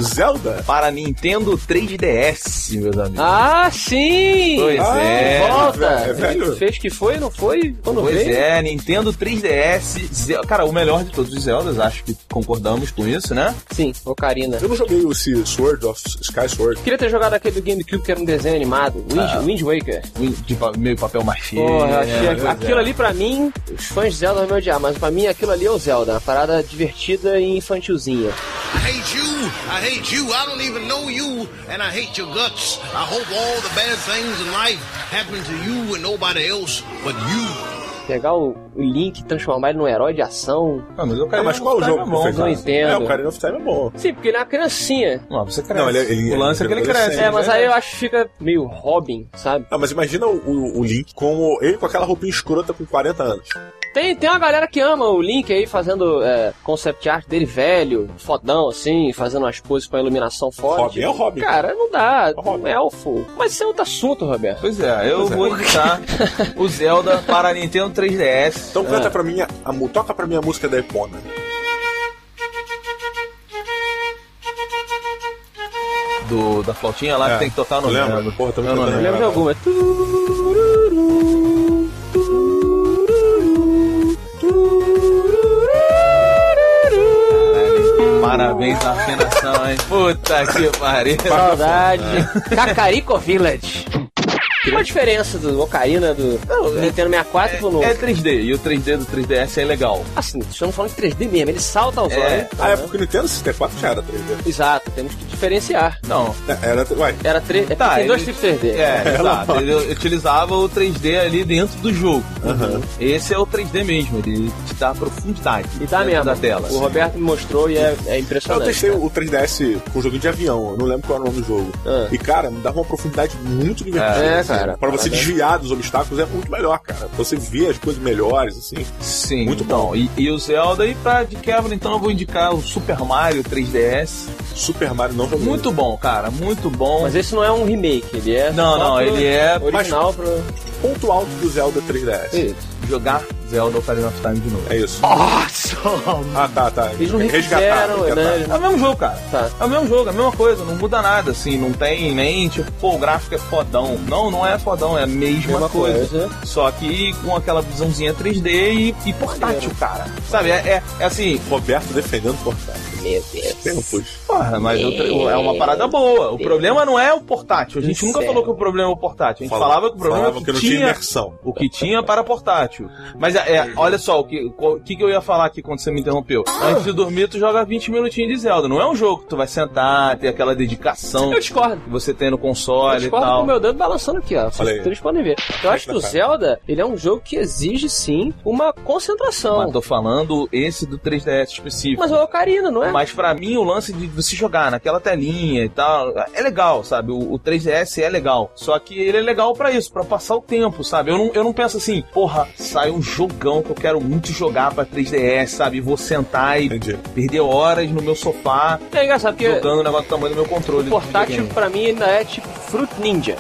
Speaker 6: Zelda?
Speaker 4: para Nintendo 3DS, meus amigos.
Speaker 5: Ah, sim!
Speaker 4: Pois
Speaker 5: Ah,
Speaker 4: é.
Speaker 5: Volta!
Speaker 6: É velho?
Speaker 5: Fez que foi, não foi? Quando
Speaker 4: Pois
Speaker 5: veio?
Speaker 4: é, Nintendo 3DS. Ze- Cara, o melhor de todos os Zeldas, acho que concordamos com isso, né?
Speaker 5: Sim, Ocarina.
Speaker 6: Eu não joguei esse Sword of Sky Sword.
Speaker 5: Queria ter jogado aquele do GameCube que era um desenho animado, Wind,
Speaker 4: Ah.
Speaker 5: Wind Waker.
Speaker 4: De pa- meio papel machê.
Speaker 5: Porra, eu
Speaker 4: né?
Speaker 5: achei aqu- aquilo ali pra mim, os fãs de Zelda vão me odiar, mas pra mim aquilo ali é o Zelda, uma parada divertida e infantilzinha.
Speaker 10: I hate you. I hate you. I don't even know you, and I hate your guts. I hope all the bad things in life happen to you and nobody else but you.
Speaker 5: Pegar o, o Link e transformar ele num herói de ação.
Speaker 4: Ah, mas,
Speaker 6: Ah,
Speaker 4: Ocarina
Speaker 6: mas qual o
Speaker 4: of Time
Speaker 6: jogo
Speaker 4: é
Speaker 6: que
Speaker 4: bom,
Speaker 6: você
Speaker 5: não
Speaker 6: fez?
Speaker 5: entendo.
Speaker 6: É, o Carina of Time é bom.
Speaker 5: Sim, porque ele é uma criancinha.
Speaker 4: Não, você cresce.
Speaker 6: Não, ele- ele-
Speaker 4: o lance é que ele
Speaker 6: ele
Speaker 4: cresce.
Speaker 6: cresce.
Speaker 5: É, mas
Speaker 4: né?
Speaker 5: aí eu acho que fica meio Robin, sabe?
Speaker 6: Ah, mas imagina o, o- o Link como ele com aquela roupinha escrota com 40 anos.
Speaker 5: Tem, tem uma galera que ama o Link aí fazendo é, concept art dele velho, fodão assim, fazendo umas poses com a iluminação forte.
Speaker 6: Robin é o Robin.
Speaker 5: Cara, não dá,
Speaker 6: o Robin.
Speaker 5: um elfo. Mas isso é outro assunto, Roberto.
Speaker 4: Pois é, eu vou editar o Zelda para a Nintendo 3DS.
Speaker 6: Então canta pra mim, a, mu- toca pra mim a música da Epona.
Speaker 4: do- da flautinha lá
Speaker 6: É.
Speaker 4: que tem que tocar no
Speaker 6: Lembra? Porra, também
Speaker 4: eu não
Speaker 5: Lembra
Speaker 6: tentando
Speaker 4: lembro.
Speaker 5: de
Speaker 6: Caramba.
Speaker 5: alguma?
Speaker 4: Parabéns à afinação, hein? Puta que pariu.
Speaker 5: Saudade.
Speaker 6: É.
Speaker 5: Cacarico Village. Qual a diferença do Ocarina do, do Nintendo 64 pro novo?
Speaker 4: É 3D, e o 3D do 3DS é legal.
Speaker 5: Assim, estamos falando de 3D mesmo, ele salta aos
Speaker 4: É.
Speaker 5: olhos.
Speaker 6: Ah, é porque o Nintendo 64 já era 3D.
Speaker 5: Exato, temos que diferenciar.
Speaker 4: Não.
Speaker 6: É, Era, uai,
Speaker 5: Era 3 é
Speaker 4: Tá,
Speaker 5: tá, tem dois
Speaker 4: ele-
Speaker 5: tipos de 3D.
Speaker 4: É, exato. Ele utilizava o 3D ali dentro do jogo. Esse é o 3D mesmo, ele te dá profundidade.
Speaker 5: E é, dá
Speaker 4: dentro
Speaker 5: mesmo.
Speaker 4: Da tela.
Speaker 5: O Roberto me mostrou e é, é
Speaker 6: Eu
Speaker 5: impressionante.
Speaker 6: testei
Speaker 5: cara.
Speaker 6: o 3DS com um jogo de avião, eu não lembro qual era o nome do jogo.
Speaker 5: Ah.
Speaker 6: E, cara, me dava uma profundidade muito divertida.
Speaker 5: É,
Speaker 6: assim.
Speaker 5: cara.
Speaker 6: Pra você desviar dos obstáculos é muito melhor, cara. Você vê as coisas melhores, assim.
Speaker 4: Sim.
Speaker 6: Muito
Speaker 4: então,
Speaker 6: bom.
Speaker 4: E, e o Zelda, e pra de quebra, então eu vou indicar o Super Mario 3DS.
Speaker 6: Super Mario não joguei.
Speaker 4: Muito bom, cara, muito bom.
Speaker 5: Mas esse não é um remake, ele é.
Speaker 4: Não,
Speaker 5: só
Speaker 4: não,
Speaker 5: pro
Speaker 4: ele é-
Speaker 5: Original pro.
Speaker 6: Ponto alto do Zelda 3DS.
Speaker 4: Jogar Zelda Ocarina of Time de novo.
Speaker 6: É isso. Ah, tá, tá.
Speaker 5: Eles não refizeram,
Speaker 6: Resgataram,
Speaker 5: né?
Speaker 6: resgataram.
Speaker 5: Eles
Speaker 4: É o mesmo jogo, cara.
Speaker 5: Tá.
Speaker 4: É o mesmo jogo, é a mesma coisa, não muda nada, assim, não tem nem, tipo, pô, o gráfico é fodão. Não, não é fodão, é a mesma,
Speaker 5: Mesma
Speaker 4: coisa.
Speaker 5: coisa.
Speaker 4: Só que com aquela visãozinha 3D e, e portátil, cara. Sabe, é, é- é assim,
Speaker 6: Roberto defendendo o portátil.
Speaker 5: Meu Deus.
Speaker 6: Tempos.
Speaker 4: porra, mas o tre- o- é uma parada boa. O problema não é o portátil. A gente
Speaker 5: Sério.
Speaker 4: nunca falou que o problema é o portátil. A gente falava que o problema é
Speaker 6: falava
Speaker 4: o
Speaker 6: que,
Speaker 4: que
Speaker 6: não tinha
Speaker 4: tinha
Speaker 6: imersão.
Speaker 4: o que tinha para portátil. Mas é, é, olha só, o que, o que que eu ia falar aqui quando você me interrompeu? Antes de dormir, tu joga 20 minutinhos de Zelda. Não é um jogo que tu vai sentar, ter aquela dedicação
Speaker 5: Eu discordo.
Speaker 4: que você tem no
Speaker 5: Eu
Speaker 4: console e
Speaker 5: discordo com
Speaker 4: tal.
Speaker 5: o meu dedo balançando aqui, ó.
Speaker 6: Olha aí.
Speaker 5: Vocês podem ver. Eu acho que o Zelda, ele é um jogo que exige sim uma
Speaker 4: Mas
Speaker 5: concentração.
Speaker 4: tô falando esse do 3DS específico.
Speaker 5: Mas o Ocarina, não é?
Speaker 4: Mas pra mim o lance de você jogar naquela telinha e tal é legal, sabe? O, o 3DS é legal. Só que ele é legal pra isso, pra passar o tempo, sabe? Eu não, eu não penso assim, porra, sai um jogão que eu quero muito jogar pra 3DS, sabe? Vou sentar e
Speaker 6: Entendi.
Speaker 4: perder horas no meu sofá
Speaker 5: É engraçado, porque
Speaker 4: jogando o negócio do tamanho do meu controle.
Speaker 5: o
Speaker 4: de
Speaker 5: portátil
Speaker 4: videogame.
Speaker 5: pra mim ainda é tipo Fruit Ninja.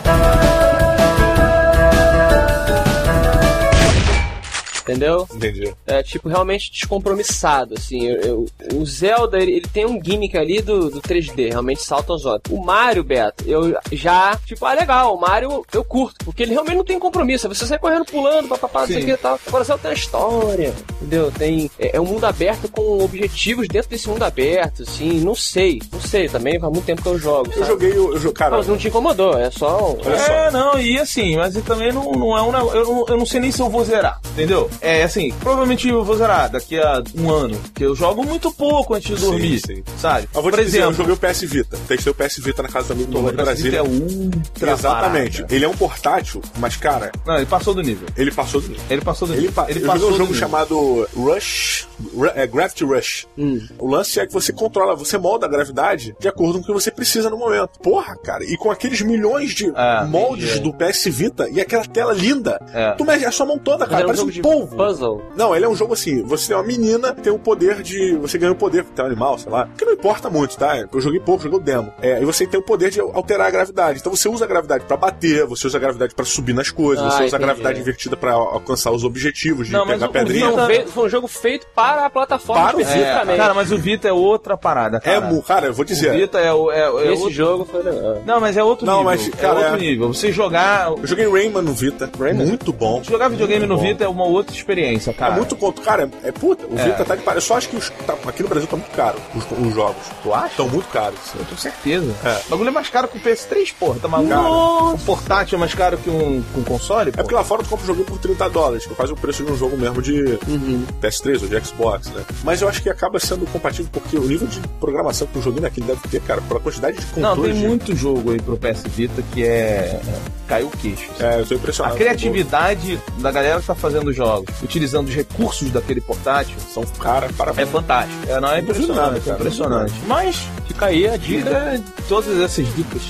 Speaker 5: Entendeu?
Speaker 6: Entendi.
Speaker 5: É tipo realmente descompromissado, assim. eu- eu- o Zelda, ele, ele tem um gimmick ali do, do 3D, realmente salta aos olhos. O Mario, Beto, eu já, tipo, ah, legal, o Mario eu curto, porque ele realmente não tem compromisso. É Você sai correndo, pulando, papapá, não sei o
Speaker 4: Sim.
Speaker 5: que e tal. Agora o Zelda tem a história, entendeu? Tem, é, é um mundo aberto com objetivos dentro desse mundo aberto, assim. Não sei, não sei também, faz muito tempo que eu jogo.
Speaker 6: Eu
Speaker 5: sabe?
Speaker 6: joguei o. Eu, jo- cara,
Speaker 5: Tá. Mas não te incomodou, é só. um-
Speaker 6: Olha só.
Speaker 4: É, não, e assim, mas ele também não, não é um negócio. Eu não, eu não sei nem se eu vou zerar, entendeu? É assim, provavelmente eu vou zerar daqui a um ano, que eu jogo muito pouco antes de
Speaker 6: Sim,
Speaker 4: dormir,
Speaker 6: sim.
Speaker 4: sabe?
Speaker 6: eu vou
Speaker 4: Por
Speaker 6: te dizer, eu
Speaker 4: exemplo,
Speaker 6: joguei o PS Vita. Testei o PS Vita na casa da minha
Speaker 4: o
Speaker 6: irmã em
Speaker 4: Brasil
Speaker 6: Brasília.
Speaker 4: é ultra
Speaker 6: Exatamente.
Speaker 4: parada.
Speaker 6: Ele é um portátil, mas, cara,
Speaker 4: Não, ele passou do nível.
Speaker 6: ele passou do nível.
Speaker 4: Ele passou do
Speaker 6: Ele,
Speaker 4: nível.
Speaker 6: pa eu joguei um jogo chamado Rush. Ru- é, Gravity Rush.
Speaker 4: Hum.
Speaker 6: O lance é que você controla, você molda a gravidade de acordo com o que você precisa no momento. Porra, cara. E com aqueles milhões de
Speaker 4: Ah,
Speaker 6: moldes
Speaker 4: entendi.
Speaker 6: do PS Vita e aquela tela linda,
Speaker 4: É.
Speaker 6: tu mexe a sua mão toda,
Speaker 5: Mas
Speaker 6: cara.
Speaker 5: era um
Speaker 6: Parece
Speaker 5: jogo
Speaker 6: um
Speaker 5: de
Speaker 6: polvo.
Speaker 5: puzzle.
Speaker 6: Não, ele é um jogo assim, você tem uma menina, tem o poder de. Você ganha o poder, tem um animal, sei lá. Que não importa muito, tá? Eu joguei pouco, joguei o demo. É, e você tem o poder de alterar a gravidade. Então você usa a gravidade pra bater, você usa a gravidade pra subir nas coisas,
Speaker 5: Ah,
Speaker 6: você usa a
Speaker 5: entendi.
Speaker 6: gravidade invertida pra alcançar os objetivos de
Speaker 4: Não, mas
Speaker 6: pegar
Speaker 4: o
Speaker 6: pedrinha.
Speaker 4: Vita-
Speaker 5: Foi um fe- Foi um jogo feito para a plataforma
Speaker 6: Para o Vita.
Speaker 5: especificamente.
Speaker 4: É, Cara, mas o Vita é outra parada,
Speaker 6: É,
Speaker 4: cara.
Speaker 6: mu- cara, eu vou
Speaker 4: O
Speaker 6: dizer.
Speaker 4: Vita é, o- é, é
Speaker 5: Esse
Speaker 4: outro...
Speaker 5: jogo foi legal.
Speaker 4: Não, mas é outro
Speaker 6: Não,
Speaker 4: nível.
Speaker 6: mas, cara,
Speaker 4: é outro
Speaker 6: é-
Speaker 4: nível. Você jogar...
Speaker 6: Eu joguei Rayman no Vita. Muito bom.
Speaker 4: Jogar videogame no
Speaker 6: Muito bom.
Speaker 4: Vita é uma outra experiência, cara.
Speaker 6: É muito conto. Cara, é, é puta. O
Speaker 4: É.
Speaker 6: Vita tá de par. Eu só acho que os- tá- aqui no Brasil tá muito caro os, os jogos.
Speaker 4: Tu acha?
Speaker 6: Estão muito caros.
Speaker 4: Eu tenho certeza.
Speaker 6: É.
Speaker 4: O bagulho é mais caro que o PS3, porra. Tá maluco?
Speaker 6: Cara.
Speaker 4: Nossa. O portátil é mais caro que um, que um console,
Speaker 6: É
Speaker 4: porra.
Speaker 6: porque lá fora tu compra um jogo por 30 dólares, que é quase o preço de um jogo mesmo de
Speaker 4: Uhum.
Speaker 6: PS3 ou de Xbox, né? Mas eu acho que acaba sendo compatível porque o nível de programação que o joguinho daquele deve ter, cara, pela quantidade de
Speaker 4: Não,
Speaker 6: controles.
Speaker 4: tem
Speaker 6: de-
Speaker 4: muito jogo aí pro PS Vita que é... Caiu o queixo. assim.
Speaker 6: É, eu tô
Speaker 4: A
Speaker 6: impressionado.
Speaker 4: criatividade da galera que tá fazendo os jogos, utilizando os recursos daquele portátil,
Speaker 6: São, cara,
Speaker 4: é
Speaker 6: parabéns.
Speaker 4: fantástico. É, não, é
Speaker 6: Não duvido
Speaker 4: impressionante,
Speaker 6: nada,
Speaker 4: é
Speaker 6: cara,
Speaker 4: impressionante. Mas
Speaker 5: Fica aí a
Speaker 4: dica todas essas dicas.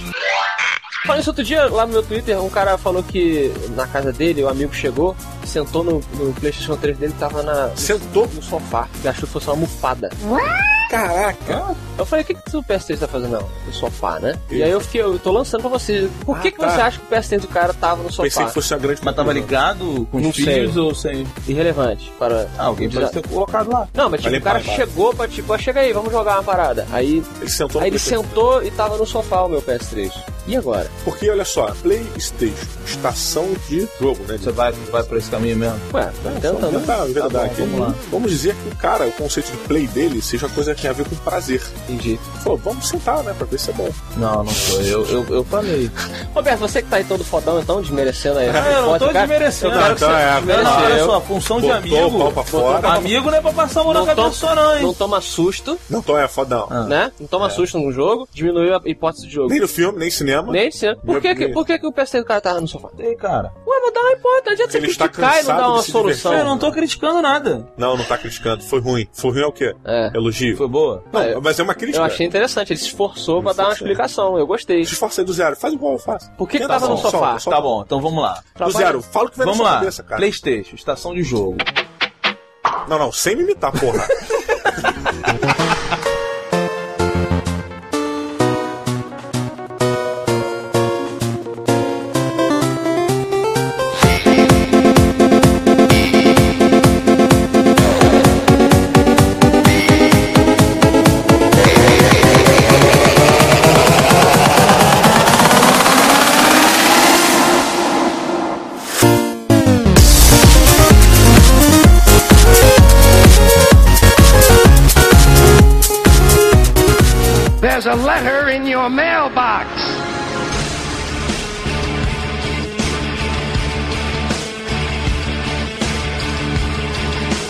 Speaker 5: Falei isso outro dia lá no meu Twitter, um cara falou que na casa dele, o amigo chegou,
Speaker 4: É,
Speaker 5: sentou no, no PlayStation 3 dele, tava na,
Speaker 6: Sentou?
Speaker 5: no sofá, e achou que fosse uma almofada.
Speaker 6: Caraca!
Speaker 5: Eu falei, o que, que o PS3 tá fazendo? Não, no sofá, né? E aí eu fiquei, eu tô lançando pra vocês. Por que,
Speaker 6: Ah,
Speaker 5: que
Speaker 6: tá.
Speaker 5: você acha que o PS3 do cara tava no sofá?
Speaker 6: Pensei que fosse a grande.
Speaker 4: Mas tava ligado com
Speaker 5: Não
Speaker 4: os filhos
Speaker 5: sei.
Speaker 4: ou sem?
Speaker 5: Irrelevante para.
Speaker 4: Ah, alguém pode ter colocado lá.
Speaker 5: Não, mas tipo,
Speaker 6: Valeu,
Speaker 5: o cara
Speaker 6: pai,
Speaker 5: chegou pra tipo, ó, chega aí, vamos jogar uma parada. Aí,
Speaker 6: Ele sentou no
Speaker 5: aí ele
Speaker 6: PlayStation.
Speaker 5: sentou e tava no sofá o meu PS3. E agora?
Speaker 6: Porque olha só, PlayStation, estação de jogo, né?
Speaker 4: Você vai, vai por esse caminho mesmo?
Speaker 5: Ué, tenta, né?
Speaker 6: Tá,
Speaker 4: Tá
Speaker 6: verdade.
Speaker 4: bom,
Speaker 6: aqui.
Speaker 4: vamos lá.
Speaker 6: vamos, dizer que o cara, o conceito de play dele seja coisa que tem a ver com prazer.
Speaker 5: Entendi.
Speaker 6: Pô, vamos sentar, né? Pra ver se é bom.
Speaker 4: Não, não foi. Eu, eu, eu falei.
Speaker 5: Roberto, você que tá aí todo fodão, então, desmerecendo aí.
Speaker 4: Ah, eu não tô desmerecendo.
Speaker 6: Não,
Speaker 4: Eu quero
Speaker 6: então
Speaker 4: que você
Speaker 6: é,
Speaker 4: desmereça.
Speaker 6: não,
Speaker 4: Olha
Speaker 5: eu-
Speaker 4: só, função de
Speaker 6: Botou
Speaker 4: amigo.
Speaker 6: o pau pra fora.
Speaker 4: Amigo não é pra passar a mão na
Speaker 5: Não
Speaker 4: cabeça
Speaker 5: tô-
Speaker 4: só, não, hein?
Speaker 5: Não toma susto,
Speaker 6: Não, então é foda, não.
Speaker 4: Ah.
Speaker 5: né? Não
Speaker 6: É.
Speaker 5: toma susto no jogo. Diminuiu a hipótese de jogo.
Speaker 6: Nem no filme, nem cinema.
Speaker 5: Nem sei. Por, que, que, por que, que o PS3 do cara tava no sofá?
Speaker 4: Ei, cara.
Speaker 5: Ué, mas dá uma hipótese. Não adianta você
Speaker 6: Ele está
Speaker 5: criticar e não
Speaker 6: cansado
Speaker 5: dar
Speaker 6: de
Speaker 5: uma
Speaker 6: se
Speaker 5: solução.
Speaker 6: divertir.
Speaker 4: Eu não tô criticando nada.
Speaker 6: Não, não tá criticando. Foi ruim. Foi ruim é o quê?
Speaker 5: É.
Speaker 6: Elogio.
Speaker 4: Foi boa?
Speaker 6: Não,
Speaker 5: É.
Speaker 6: mas é uma crítica.
Speaker 5: Eu achei interessante. Ele se esforçou pra dar uma
Speaker 6: sei.
Speaker 5: explicação. Eu gostei.
Speaker 6: Se esforça aí do zero. Faz igual eu faço.
Speaker 5: Por que que
Speaker 6: Tenta, um,
Speaker 5: tava no
Speaker 6: solta,
Speaker 5: sofá?
Speaker 6: solta.
Speaker 4: Tá bom, então vamos lá.
Speaker 6: Do zero. Fala o que vai
Speaker 4: Vamos
Speaker 6: na sua
Speaker 4: lá.
Speaker 6: cabeça, cara.
Speaker 4: Playstation, estação de jogo.
Speaker 6: Não, não. Sem me imitar, porra.
Speaker 8: There's a letter in your mailbox.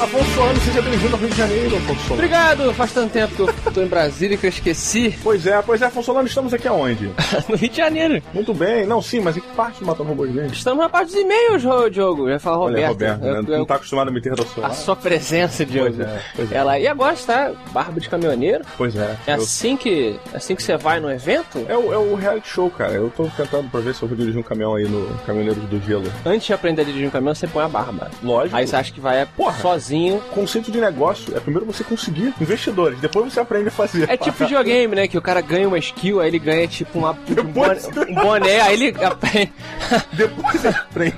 Speaker 6: Afonso Solano, seja bem-vindo ao Rio de Janeiro, Afonso Solano.
Speaker 5: Obrigado. Faz tanto tempo que eu tô em Brasília que eu esqueci.
Speaker 6: Pois é, pois é, Afonso Solano, estamos aqui aonde?
Speaker 5: No Rio de Janeiro.
Speaker 6: Muito bem. Não, sim, mas em que parte do Matando Robôs vem?
Speaker 5: Estamos na parte dos e-mails, Ro- Diogo. Eu ia falar
Speaker 6: Olha,
Speaker 5: Roberto. é,
Speaker 6: Roberto,
Speaker 5: Eu-
Speaker 6: né?
Speaker 5: eu-
Speaker 6: não tá acostumado a me ter
Speaker 5: A
Speaker 6: relacionado.
Speaker 5: sua presença, Diogo.
Speaker 6: Pois é, pois é.
Speaker 5: Ela e agora está barba de caminhoneiro.
Speaker 6: Pois é.
Speaker 5: É
Speaker 6: eu-
Speaker 5: assim que assim que você vai no evento,
Speaker 6: É o, é o reality show, cara. Eu tô tentando pra ver se eu vou dirigir um caminhão aí no Caminhoneiro do Gelo.
Speaker 5: antes de aprender a dirigir um caminhão, você põe a barba.
Speaker 6: Lógico.
Speaker 5: Aí você acha que vai é,
Speaker 6: Porra.
Speaker 5: sozinho.
Speaker 6: O conceito de negócio é primeiro você conseguir investidores, depois você aprende a fazer.
Speaker 5: É tipo videogame, né? Que o cara ganha uma skill, aí ele ganha tipo uma, um,
Speaker 6: Depois-
Speaker 5: boné, um boné, aí ele aprende.
Speaker 6: Depois você aprende.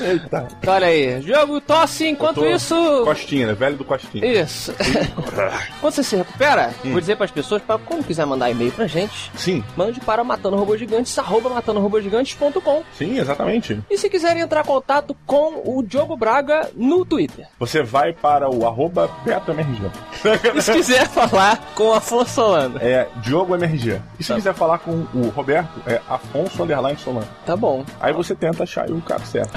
Speaker 6: Eita.
Speaker 5: Então, Olha aí, Diogo tosse enquanto
Speaker 6: Eu tô-
Speaker 5: isso.
Speaker 6: Costinha, né? Velho do Costinha.
Speaker 5: Isso. Quando você se recupera, vou dizer para as pessoas, para como quiser mandar e-mail pra gente,
Speaker 6: Sim,
Speaker 5: mande para matanorobogigantes, arroba matanorobogigantes.com.
Speaker 6: sim, exatamente.
Speaker 5: E se quiserem entrar em contato com o Diogo Braga no Twitter.
Speaker 6: Você vai para o arroba BetoMRG.
Speaker 5: E se quiser falar com o Afonso Solano.
Speaker 6: É Diogo MRG. E se quiser falar com o Roberto, é Afonso Underline Solano.
Speaker 5: Tá bom.
Speaker 6: Aí você tenta achar o cara certo.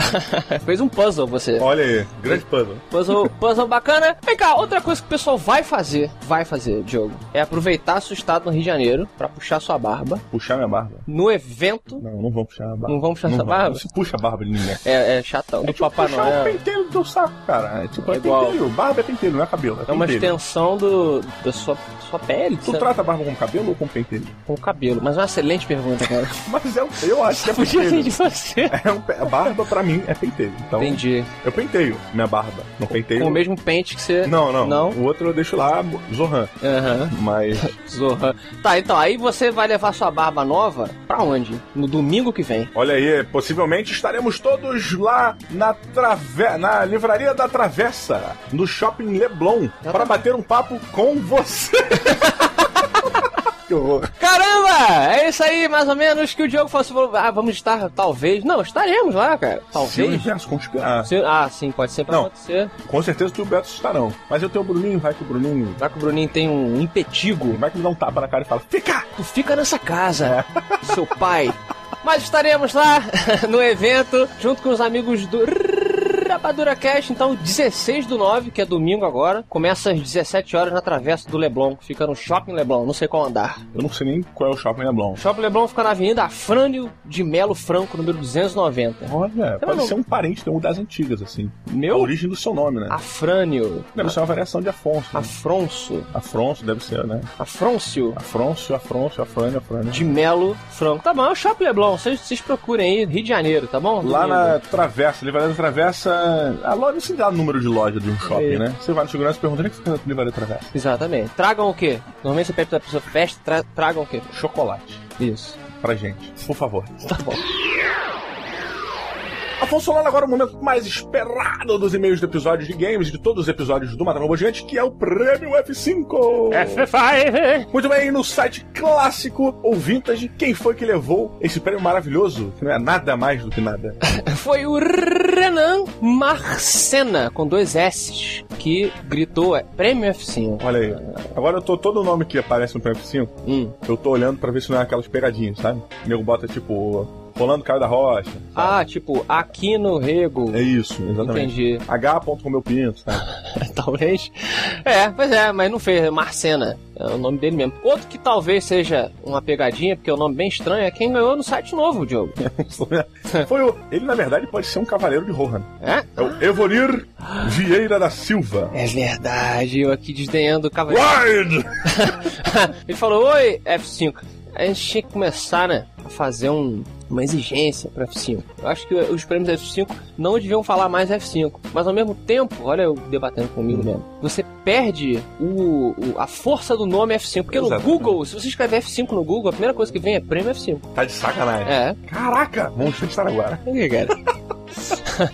Speaker 5: Fez um puzzle você.
Speaker 6: Olha aí, grande puzzle.
Speaker 5: Puzzle, puzzle bacana. Vem cá, outra coisa que o pessoal vai fazer, vai fazer, Diogo, é aproveitar seu estado no Rio de Janeiro pra puxar sua barba
Speaker 6: Puxar minha barba.
Speaker 5: no evento.
Speaker 6: Não, não vão puxar a barba.
Speaker 5: Não vão puxar sua
Speaker 6: vão.
Speaker 5: barba?
Speaker 6: Não se puxa a barba de ninguém.
Speaker 5: É, é chatão, do Papai
Speaker 6: tipo puxar o
Speaker 5: Noel.
Speaker 6: pentelho do teu saco, cara. É tipo, é,
Speaker 5: É igual.
Speaker 6: pentelho. Barba é pentelho, não é cabelo. É,
Speaker 5: É uma
Speaker 6: pentelho.
Speaker 5: extensão do, da sua, sua pele,
Speaker 6: Tu
Speaker 5: sabe?
Speaker 6: trata a barba como cabelo ou como pentelho?
Speaker 5: com o cabelo. Mas é uma excelente pergunta, cara.
Speaker 6: Mas é, um- eu acho que é
Speaker 5: Podia vir
Speaker 6: pentelho.
Speaker 5: de você.
Speaker 6: É um, pe- a barba pra mim é pentelho. Então,
Speaker 5: Entendi.
Speaker 6: eu penteio minha barba. Não penteio.
Speaker 5: Com o mesmo pente que você...
Speaker 6: Não, não,
Speaker 5: Não?
Speaker 6: O outro eu deixo lá, Zohan.
Speaker 5: Aham.
Speaker 6: Mas.
Speaker 5: Zorra. Tá, então, aí você vai levar sua barba nova pra onde? No domingo que vem.
Speaker 6: Olha aí, possivelmente estaremos todos lá na, trave... na Livraria da Travessa, no Shopping Leblon, para bater um papo com você. que horror.
Speaker 5: Caramba! É isso aí, mais ou menos, que o Diogo fosse. Ah, vamos estar, talvez. Não, estaremos lá, cara.
Speaker 6: Se o
Speaker 5: Talvez.
Speaker 6: universo conspirar.
Speaker 5: Se- Ah, sim, pode sempre
Speaker 6: Não.
Speaker 5: acontecer.
Speaker 6: é Com certeza tu e o Beto estarão. Mas eu tenho o Bruninho, vai que o Bruninho.
Speaker 5: Já que o Bruninho tem um impetigo,
Speaker 6: Vai que me dá um tapa na cara e fala: Fica!
Speaker 5: tu fica nessa casa, seu pai. Mas estaremos lá no evento, junto com os amigos do Rapadura Cast. Então, 16 do 9, que é domingo agora, começa às 17 horas na Travessa do Leblon. Fica no Shopping Leblon, não sei qual andar.
Speaker 6: Eu não sei nem qual é o Shopping Leblon.
Speaker 5: Shopping Leblon fica na Avenida Afrânio de Melo Franco, número 290.
Speaker 6: Olha, pode
Speaker 5: não-
Speaker 6: ser um parente de um das antigas, assim. A
Speaker 5: Meu?
Speaker 6: origem do seu nome, né?
Speaker 5: Afrânio.
Speaker 6: Deve ser uma variação de Afonso. Né?
Speaker 5: Afronso.
Speaker 6: Afronso, deve ser, né?
Speaker 5: Afrôncio.
Speaker 6: Afronso, Afronso, Afrânio, Afrânio.
Speaker 5: De Melo Franco. Tá bom, é o Shopping Leblon. Vocês vocês procurem aí, Rio de Janeiro, tá bom? Domingo.
Speaker 6: Lá na Travessa, Livraria da Travessa, na. A loja, sei lá, o número de loja de um shopping, né? Você vai no segurança e pergunta onde é que fica a livraria travessa.
Speaker 5: Exatamente. Tragam o quê? Normalmente você pede pra pessoa festa, tra- tragam o quê?
Speaker 6: Chocolate.
Speaker 5: Isso.
Speaker 6: Pra gente. Por favor.
Speaker 5: Tá bom.
Speaker 11: Afonso Lano, agora o momento mais esperado dos e-mails do episódio de games, de todos os episódios do Mata Robô Gigante, que é o Prêmio F5.
Speaker 6: É,
Speaker 5: F5.
Speaker 11: Muito bem, no site clássico ou vintage, quem foi que levou esse prêmio maravilhoso, que não é nada mais do que nada?
Speaker 5: Foi o Renan Marcena, com dois S, que gritou é, Prêmio F5.
Speaker 6: Olha aí. Agora eu tô todo nome que aparece no Prêmio F5,
Speaker 5: Um.
Speaker 6: eu tô olhando pra ver se não é aquelas pegadinhas, sabe? O nego bota tipo. Rolando Caio da Rocha.
Speaker 5: Ah, tipo, aqui no Rego.
Speaker 6: É isso, exatamente.
Speaker 5: Entendi.
Speaker 6: H. com meu pinto, sabe?
Speaker 5: talvez. É, pois é, mas não fez. é Marcena é o nome dele mesmo. Outro que talvez seja uma pegadinha, porque é um nome bem estranho, é quem ganhou no site novo, Diogo.
Speaker 6: Foi o. Ele, na verdade, pode ser um cavaleiro de Rohan.
Speaker 5: É?
Speaker 6: É o Evorir Vieira da Silva.
Speaker 5: É verdade, eu aqui desdenhando o cavaleiro.
Speaker 6: Wide!
Speaker 5: Ele falou: Oi, F5. A gente tinha que começar, né? A fazer um, uma exigência para F5. Eu acho que os prêmios F5 não deviam falar mais F5. Mas ao mesmo tempo, olha eu debatendo comigo mesmo. Você perde o, o- a força do nome F5. Porque
Speaker 6: Exatamente.
Speaker 5: no Google, se você escrever F5 no Google, a primeira coisa que vem é prêmio F5.
Speaker 6: Tá de sacanagem.
Speaker 5: É.
Speaker 6: Caraca! Monstro de Taraguara.
Speaker 5: Por que, cara?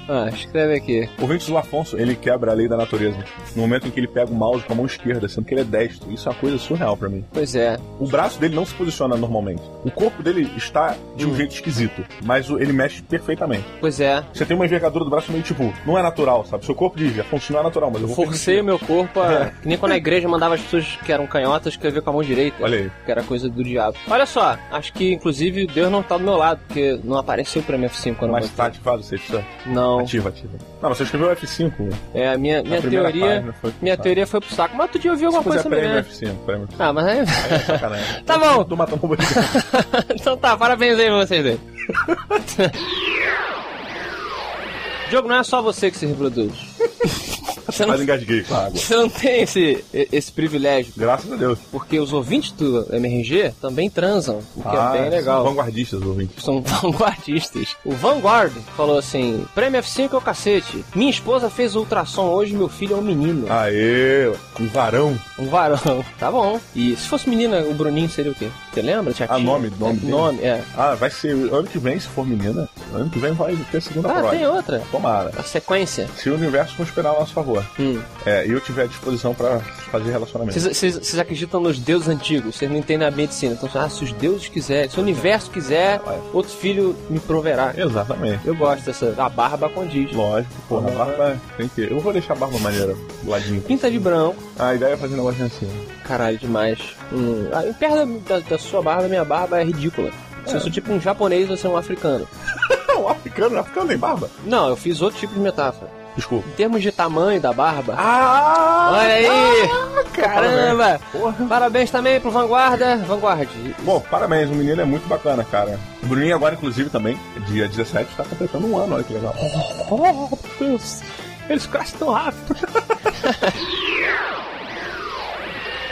Speaker 5: ah, escreve aqui.
Speaker 6: O Ventus do Afonso, ele quebra a lei da natureza. No momento em que ele pega o mouse com a mão esquerda, sendo que ele é destro. Isso é uma coisa surreal pra mim.
Speaker 5: Pois é.
Speaker 6: O braço dele não se posiciona normalmente. O corpo dele está de um
Speaker 5: Hum.
Speaker 6: jeito esquisito, mas o- ele mexe perfeitamente.
Speaker 5: Pois é.
Speaker 6: Você tem uma envergadura do braço meio tipo, não é natural, sabe? Seu corpo diz, Afonso, não é natural, mas eu vou
Speaker 5: Forcei o meu corpo a. Que nem quando a igreja mandava as pessoas que eram canhotas escrever com a mão direita.
Speaker 6: Olha aí.
Speaker 5: Que era coisa do diabo. Olha só, acho que inclusive Deus não tá do meu lado, porque não apareceu o prêmio F5 quando eu
Speaker 6: Mas
Speaker 5: botei.
Speaker 6: tá ativado, você precisa.
Speaker 5: Não.
Speaker 6: Ativa, ativa. Não, você escreveu F5.
Speaker 5: É, a minha, minha
Speaker 6: primeira
Speaker 5: teoria.
Speaker 6: página foi pro
Speaker 5: Minha
Speaker 6: saco.
Speaker 5: teoria foi pro saco. Mas outro dia eu vi
Speaker 6: Se
Speaker 5: alguma coisa
Speaker 6: puser prêmio
Speaker 5: semelhante.
Speaker 6: F5, prêmio F5.
Speaker 5: Ah, mas aí.
Speaker 6: É sacanagem. um
Speaker 5: Tá bom.
Speaker 6: Do Matão Bomba Gigante.
Speaker 5: então tá, parabéns aí pra vocês dois. Diogo, não é só você que se reproduz. Você não,
Speaker 6: Mas engasguei com a água.
Speaker 5: você não tem esse, esse privilégio.
Speaker 6: Graças a Deus.
Speaker 5: Porque os ouvintes do MRG também transam, o que é bem
Speaker 6: são
Speaker 5: legal.
Speaker 6: Ah, Vanguardistas, ouvintes.
Speaker 5: São vanguardistas. O Vanguard falou assim: Prêmio F5 é o cacete. Minha esposa fez ultrassom hoje, meu filho é um menino.
Speaker 6: Ah. Aê, um varão.
Speaker 5: Um varão. Tá bom. E se fosse menina, o Bruninho seria o quê? Você lembra? Tiatinho?
Speaker 6: Ah, nome,
Speaker 5: É,
Speaker 6: nome dele.
Speaker 5: Nome, é.
Speaker 6: Ah, vai ser ano que vem, se for menina. Ano que vem vai ter a segunda
Speaker 5: Ah,
Speaker 6: prova.
Speaker 5: tem outra.
Speaker 6: Tomara.
Speaker 5: A sequência.
Speaker 6: Se o universo conspirar a nosso favor.
Speaker 5: Hum.
Speaker 6: É, e eu tiver disposição pra fazer relacionamento.
Speaker 5: Vocês- Vocês vocês acreditam nos deuses antigos, vocês não entendem a medicina. Então, ah, se os deuses quiserem, se o universo quiser, outro filho me proverá.
Speaker 6: Exatamente.
Speaker 5: Eu gosto dessa. A barba condiz.
Speaker 6: Lógico, porra, a barba tem que. Eu vou deixar a barba maneira do ladinho.
Speaker 5: Pinta de branco.
Speaker 6: A ideia é fazer um negócio assim.
Speaker 5: Caralho, demais. Hum. Ah, e perto da, da sua barba, minha barba é ridícula. Se eu sou tipo um japonês, você é um africano.
Speaker 6: Não, africano, africano tem barba.
Speaker 5: Não, eu fiz outro tipo de metáfora.
Speaker 6: Desculpa.
Speaker 5: Em termos de tamanho da barba.
Speaker 6: Ah!
Speaker 5: olha aí!
Speaker 6: caramba.
Speaker 5: Caramba! Parabéns também pro Vanguarda. Vanguard.
Speaker 6: Bom, parabéns, o menino é muito bacana, cara. O Bruninho agora, inclusive, também, dia 17, tá completando um ano, olha que legal.
Speaker 5: Oh, Deus. Eles crescem tão rápido.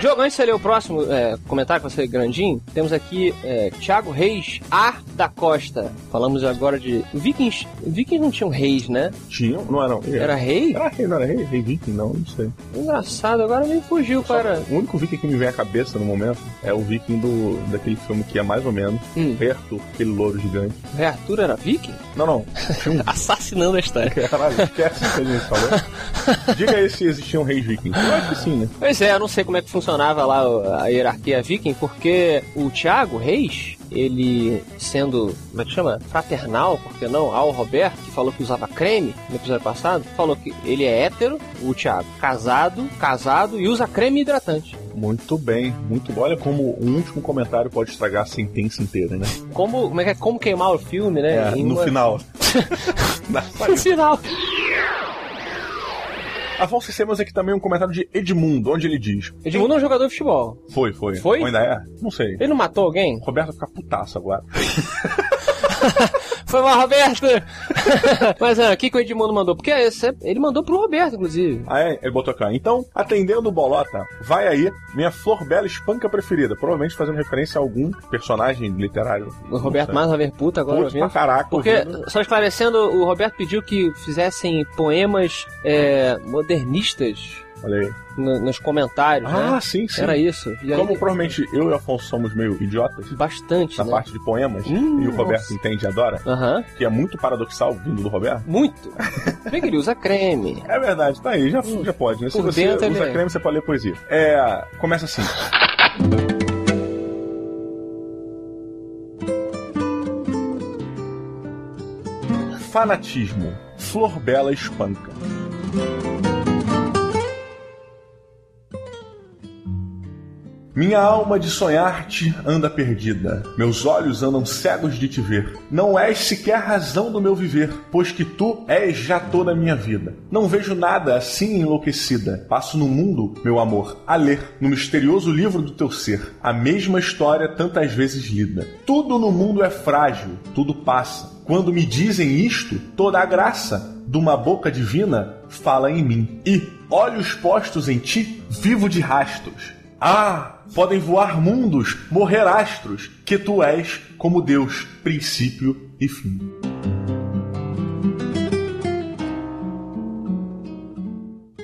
Speaker 5: Diogo, antes de você ler o próximo é, comentário que vai ser grandinho, temos aqui é, Thiago Reis, A da Costa. Falamos agora de. Vikings. Vikings não tinham reis, né?
Speaker 6: Tinha? Não era, não.
Speaker 5: Era rei?
Speaker 6: Era rei, não era rei? Rei viking, não, não sei.
Speaker 5: Engraçado, agora me fugiu, cara.
Speaker 6: O único viking que me vem à cabeça no momento é o viking do, daquele filme que é mais ou menos,
Speaker 5: Hum.
Speaker 6: Rei Arthur, aquele louro gigante.
Speaker 5: Rei Arthur era viking?
Speaker 6: Não, não,
Speaker 5: Assassinando a história.
Speaker 6: caralho, esquece o que a gente falou. Diga aí se existiam reis vikings. Eu acho que sim, né?
Speaker 5: Pois é, eu não sei como é que funcionava lá o- a hierarquia viking, porque o Thiago Reis, ele sendo, como é que chama? Fraternal, por que não? Ao Roberto, que falou que usava creme no episódio passado, falou que ele é hétero, o Thiago, casado, casado e usa creme hidratante.
Speaker 6: Muito bem, muito bom. Olha como um último comentário pode estragar a sentença inteira, né?
Speaker 5: Como, como é que é? Como queimar o filme, né?
Speaker 6: É,
Speaker 5: Em
Speaker 6: no
Speaker 5: uma-
Speaker 6: final. Na
Speaker 5: No final.
Speaker 6: Afonso, temos aqui também um comentário de Edmundo, onde ele diz:
Speaker 5: Edmundo é um jogador de futebol.
Speaker 6: Foi, foi.
Speaker 5: Foi?
Speaker 6: Ou ainda é? Não sei.
Speaker 5: Ele não matou alguém?
Speaker 6: Roberto fica putaço agora.
Speaker 5: Foi mal, Roberto! Mas é, o que, que o Edmundo mandou? Porque esse é- ele mandou pro Roberto, inclusive.
Speaker 6: Ah, é? Ele botou aqui. ó. Então, atendendo o Bolota, vai aí minha flor bela espanca preferida. Provavelmente fazendo referência a algum personagem literário.
Speaker 5: O Roberto mais uma vez puta agora.
Speaker 6: Puto pra
Speaker 5: ouvindo.
Speaker 6: caraca.
Speaker 5: Porque,
Speaker 6: ouvindo.
Speaker 5: só esclarecendo, o Roberto pediu que fizessem poemas é, modernistas
Speaker 6: Olha aí.
Speaker 5: no- nos comentários, né?
Speaker 6: Ah, sim, sim.
Speaker 5: Era isso. E aí-
Speaker 6: Como provavelmente eu e o Afonso somos meio idiotas.
Speaker 5: Bastante. né?
Speaker 6: Na parte de poemas, e o Roberto
Speaker 5: nossa.
Speaker 6: entende e adora, que é muito paradoxal vindo do Roberto.
Speaker 5: Muito! Bem que ele usa creme.
Speaker 6: É verdade, tá aí, já, já pode, né? Se
Speaker 5: Hum. Por
Speaker 6: você
Speaker 5: dentro
Speaker 6: usa
Speaker 5: ele é.
Speaker 6: creme, você pode ler poesia. É. Começa assim. Fanatismo. Flor Bela espanca. Minha alma de sonhar-te anda perdida, meus olhos andam cegos de te ver. Não és sequer a razão do meu viver, pois que tu és já toda a minha vida. Não vejo nada assim enlouquecida. Passo no mundo, meu amor, a ler, no misterioso livro do teu ser, a mesma história tantas vezes lida. Tudo no mundo é frágil, tudo passa. Quando me dizem isto, toda a graça de uma boca divina fala em mim. E, olhos postos em ti, vivo de rastos. Ah, podem voar mundos, morrer astros, que tu és como Deus, princípio e fim.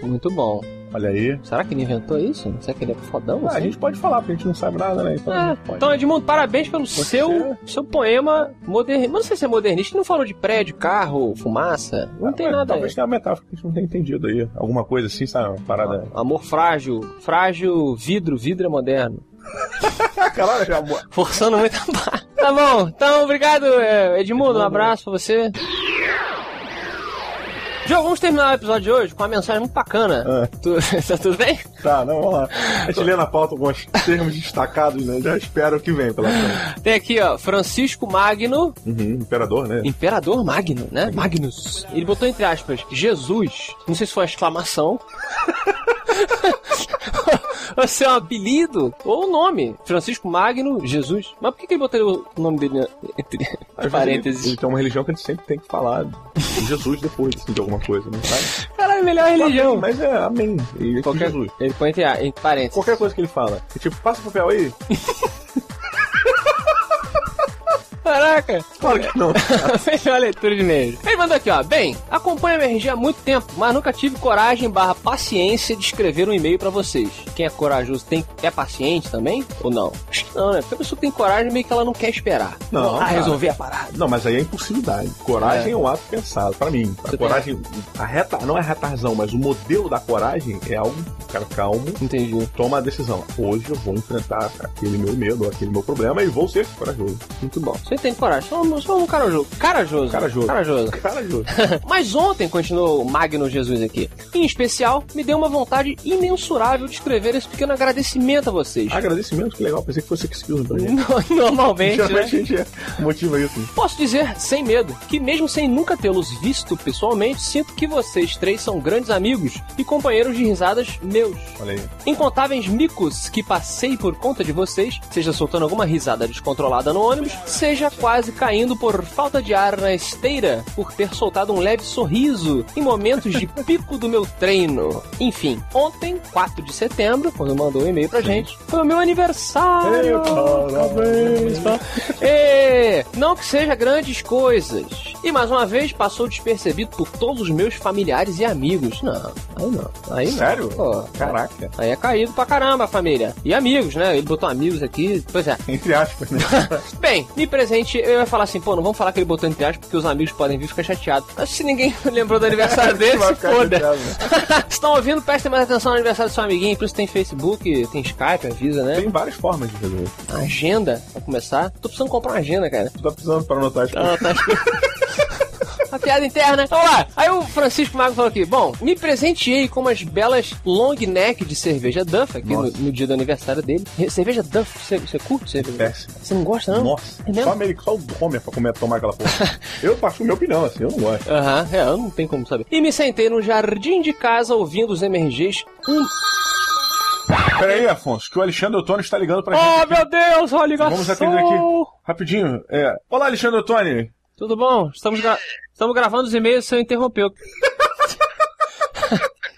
Speaker 5: Muito bom.
Speaker 6: Olha aí.
Speaker 5: Será que ele inventou isso? Será que ele é fodão?
Speaker 6: Ah, a
Speaker 5: assim?
Speaker 6: gente pode falar, porque a gente não sabe nada, né? Então,
Speaker 5: É,
Speaker 6: pode. é.
Speaker 5: então, Edmundo, parabéns pelo seu, seu poema modernista. Não sei se é modernista, não falou de prédio, carro, fumaça. Não tem
Speaker 6: Ué,
Speaker 5: nada aí.
Speaker 6: Ah, Talvez tenha uma metáfora que a gente não tenha entendido aí. Alguma coisa assim, sabe? Uma parada.
Speaker 5: Amor frágil, frágil, vidro, vidro é moderno.
Speaker 6: Ah, Caralho, já amor.
Speaker 5: Forçando muito a barra. Tá bom, então obrigado, é, Edmundo. Um abraço pra você. Diogo, vamos terminar o episódio de hoje com uma mensagem muito bacana. Tu- tá tudo bem?
Speaker 6: Tá, não, vamos lá. A gente lê na pauta alguns termos destacados, né? Já espero o que vem pela frente.
Speaker 5: Tem aqui, ó, Francisco Magno,
Speaker 6: Uhum, imperador, né?
Speaker 5: Imperador Magno, né? Magnus. Ele botou entre aspas, Jesus. Não sei se foi uma exclamação. Ou se é um apelido ou um nome. Francisco Magno, Jesus. Mas por que, que ele botou o nome dele entre
Speaker 6: Às vezes
Speaker 5: parênteses?
Speaker 6: Ele, ele tem uma religião que a gente sempre tem que falar de Jesus depois assim, de alguma coisa, né? Sabe?
Speaker 5: Caralho, melhor religião.
Speaker 6: Mas é, amém. E
Speaker 5: Qualquer-
Speaker 6: Jesus.
Speaker 5: Ele põe entre, a- entre parênteses.
Speaker 6: Qualquer coisa que ele fala. É tipo, passa o papel aí.
Speaker 5: Caraca!
Speaker 6: Claro que não.
Speaker 5: Fechou a leitura de e-mail. Ele mandou aqui, ó. Bem, acompanho a MRG há muito tempo, mas nunca tive coragem barra paciência de escrever um e-mail pra vocês. Quem é corajoso tem, é paciente também? Ou não? Acho que Não, né? Porque a pessoa que tem coragem meio que ela não quer esperar.
Speaker 6: Não,
Speaker 5: Ah,
Speaker 6: cara.
Speaker 5: resolver a parada.
Speaker 6: Não, mas aí é impossibilidade. Coragem
Speaker 5: É.
Speaker 6: é, um ato pensado, pra mim. A
Speaker 5: Você
Speaker 6: coragem, a reta, não é retarzão, mas o modelo da coragem é algo, cara, calmo,
Speaker 5: Entendi.
Speaker 6: toma a decisão. Hoje eu vou enfrentar aquele meu medo, aquele meu problema e vou ser corajoso.
Speaker 5: Muito bom. Você tem coragem. Só, um- só um carajoso. Carajoso.
Speaker 6: Carajoso.
Speaker 5: Carajoso.
Speaker 6: Corajoso.
Speaker 5: Mas ontem, continuou o Magno Jesus aqui, em especial, me deu uma vontade imensurável de escrever esse pequeno agradecimento a vocês.
Speaker 6: Agradecimento, que legal. Pensei que fosse excuse pra gente.
Speaker 5: No- Normalmente, né?
Speaker 6: Geralmente a gente é, motiva isso.
Speaker 5: Posso dizer, sem medo, que mesmo sem nunca tê-los visto pessoalmente, sinto que vocês três são grandes amigos e companheiros de risadas meus.
Speaker 6: Olha aí.
Speaker 5: Incontáveis micos que passei por conta de vocês, seja soltando alguma risada descontrolada no ônibus, seja quase caindo por falta de ar na esteira, por ter soltado um leve sorriso em momentos de pico do meu treino. Enfim, ontem, 4 de setembro, quando mandou o e-mail pra gente, foi o meu aniversário!
Speaker 6: Meu parabéns.
Speaker 5: É, não que seja grandes coisas. E mais uma vez passou despercebido por todos os meus familiares e amigos. Não, aí não. Aí não.
Speaker 6: Sério?
Speaker 5: Pô,
Speaker 6: Caraca.
Speaker 5: Aí é caído pra caramba, família. E amigos, né? Ele botou amigos aqui. Pois é.
Speaker 6: Entre aspas, né?
Speaker 5: Bem, me presente, eu ia falar assim, pô, não vamos falar que ele botou entre aspas, porque os amigos podem vir ficar chateados. Mas se ninguém lembrou do aniversário dele, se
Speaker 6: Vai ficar
Speaker 5: foda.
Speaker 6: chateado, né?
Speaker 5: Se estão ouvindo, prestem mais atenção no aniversário do seu amiguinho. Por isso tem Facebook, tem Skype, avisa, né?
Speaker 6: Tem várias formas de resolver.
Speaker 5: Agenda, pra começar. Tô precisando comprar uma agenda, cara.
Speaker 6: Tu tá precisando para anotar as coisas.
Speaker 5: Ela tá escrito. A piada interna. Vamos lá. Aí o Francisco Mago falou aqui: Bom, me presenteei com umas belas long neck de cerveja Duff aqui no, no dia do aniversário dele. Cerveja Duff, você, você curte cerveja?
Speaker 6: Péssimo.
Speaker 5: Você não gosta, não?
Speaker 6: Nossa,
Speaker 5: É mesmo?
Speaker 6: só americano, só o Homer pra comer, tomar aquela porra. eu passo minha opinião, assim, eu não gosto.
Speaker 5: Aham, é, eu não tenho como saber. E me sentei no jardim de casa ouvindo os MRGs. Um...
Speaker 6: Peraí,
Speaker 12: É.
Speaker 6: Afonso, que o Alexandre Ottoni está ligando pra
Speaker 5: Oh,
Speaker 6: gente. tá
Speaker 5: meu Deus, olha a ligação.
Speaker 6: Vamos atender aqui. Rapidinho. É. Olá, Alexandre Ottoni.
Speaker 5: Tudo bom? Estamos, gra- Estamos gravando os e-mails, o senhor interrompeu.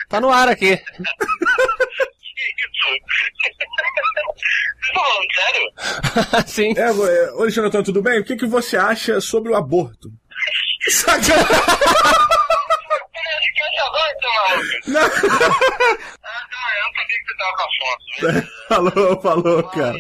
Speaker 5: tá no ar aqui. Sim.
Speaker 12: É, é, ô, Alexandre Antônio, tudo bem? O que, que você acha sobre o aborto?
Speaker 6: falou, falou, cara.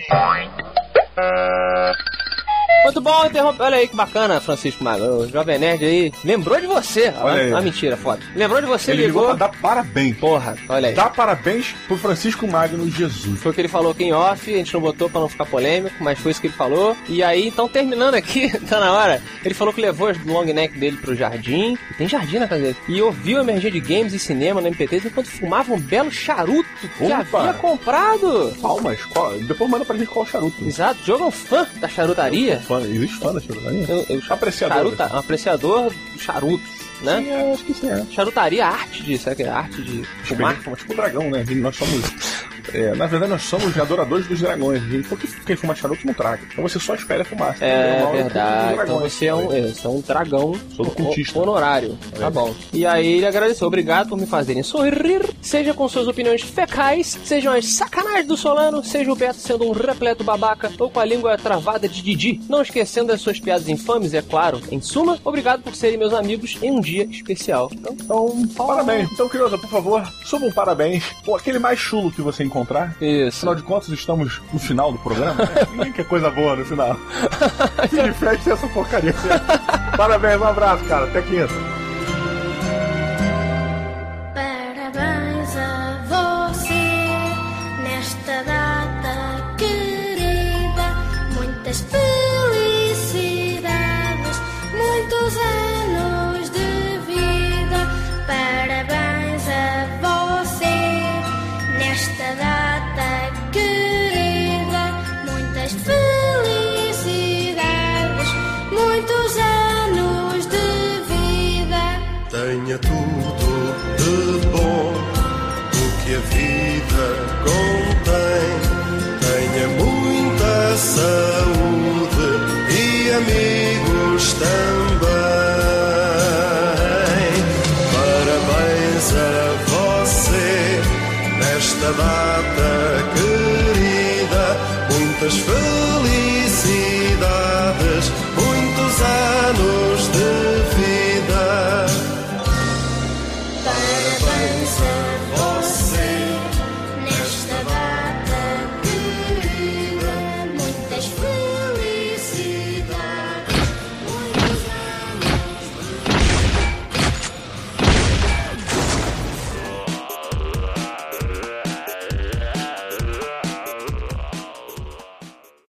Speaker 5: Muito bom, interrompeu. Olha aí que bacana, Francisco Mago. O Jovem Nerd aí lembrou de você.
Speaker 6: Olha aí.
Speaker 5: Ah, mentira, foda. Lembrou de você,
Speaker 6: Ele ligou
Speaker 5: ligou.
Speaker 6: pra dar parabéns.
Speaker 5: Porra, olha aí.
Speaker 6: Dá parabéns pro Francisco Magno Jesus.
Speaker 5: Foi o que ele falou aqui em off, a gente não botou pra não ficar polêmico, mas foi isso que ele falou. E aí, então, terminando aqui, tá na hora. Ele falou que levou o long neck dele pro jardim, e tem jardim na casa dele, e ouviu a emergência de games e cinema no MP3 enquanto fumava um belo charuto que
Speaker 6: Opa!
Speaker 5: havia comprado.
Speaker 6: Palmas, qual- depois manda pra gente qual charuto.
Speaker 5: Exato, o jogo é um fã da charutaria.
Speaker 6: Fã, existe fã da charutaria?
Speaker 5: Eu, eu,
Speaker 6: Apreciador.
Speaker 5: Charuta, um apreciador de charutos, né?
Speaker 6: Sim, eu acho que sim, é.
Speaker 5: Charutaria, arte disso, é que é arte de fumar.
Speaker 6: Fumar? Tipo o dragão, né? Nós somos. é, na verdade, nós somos adoradores dos dragões. Então, que quem fuma charuto não traga. Então você só espera fumar. Você tem que
Speaker 5: É
Speaker 6: tomar o culto dos
Speaker 5: verdade. Então
Speaker 6: dragões.
Speaker 5: você é um, é, você é um dragão
Speaker 6: Sou do
Speaker 5: ho-
Speaker 6: cultista. É.
Speaker 5: honorário. Tá bom. E aí ele agradeceu. Obrigado por me fazerem sorrir, seja com suas opiniões fecais, sejam as sacanagens do Solano, seja o Beto sendo um repleto babaca ou com a língua travada de Didi. Não esquecendo as suas piadas infames, é claro. Em suma, obrigado por serem meus amigos em um dia especial. Então,
Speaker 6: Então, parabéns. Então, curiosa, por favor, suba um parabéns. Pô, aquele mais chulo que você encontrar.
Speaker 5: isso.
Speaker 6: Afinal de contas, estamos no final do programa. né? Ninguém quer coisa boa no final. Fim de festa é essa porcaria. Parabéns, um abraço, cara. Até quinta.
Speaker 13: Parabéns a você nesta data querida. Muitas felicidades, muitos anos de vida. Parabéns a você nesta data querida. Muitas felicidades, muitos anos de vida.
Speaker 1: Tenha tudo de bom o que a vida contém. Tenha muita saúde e amigos também. Parabéns a você nesta data querida. Muitas felicidades, muitos anos de vida.
Speaker 13: Parabéns a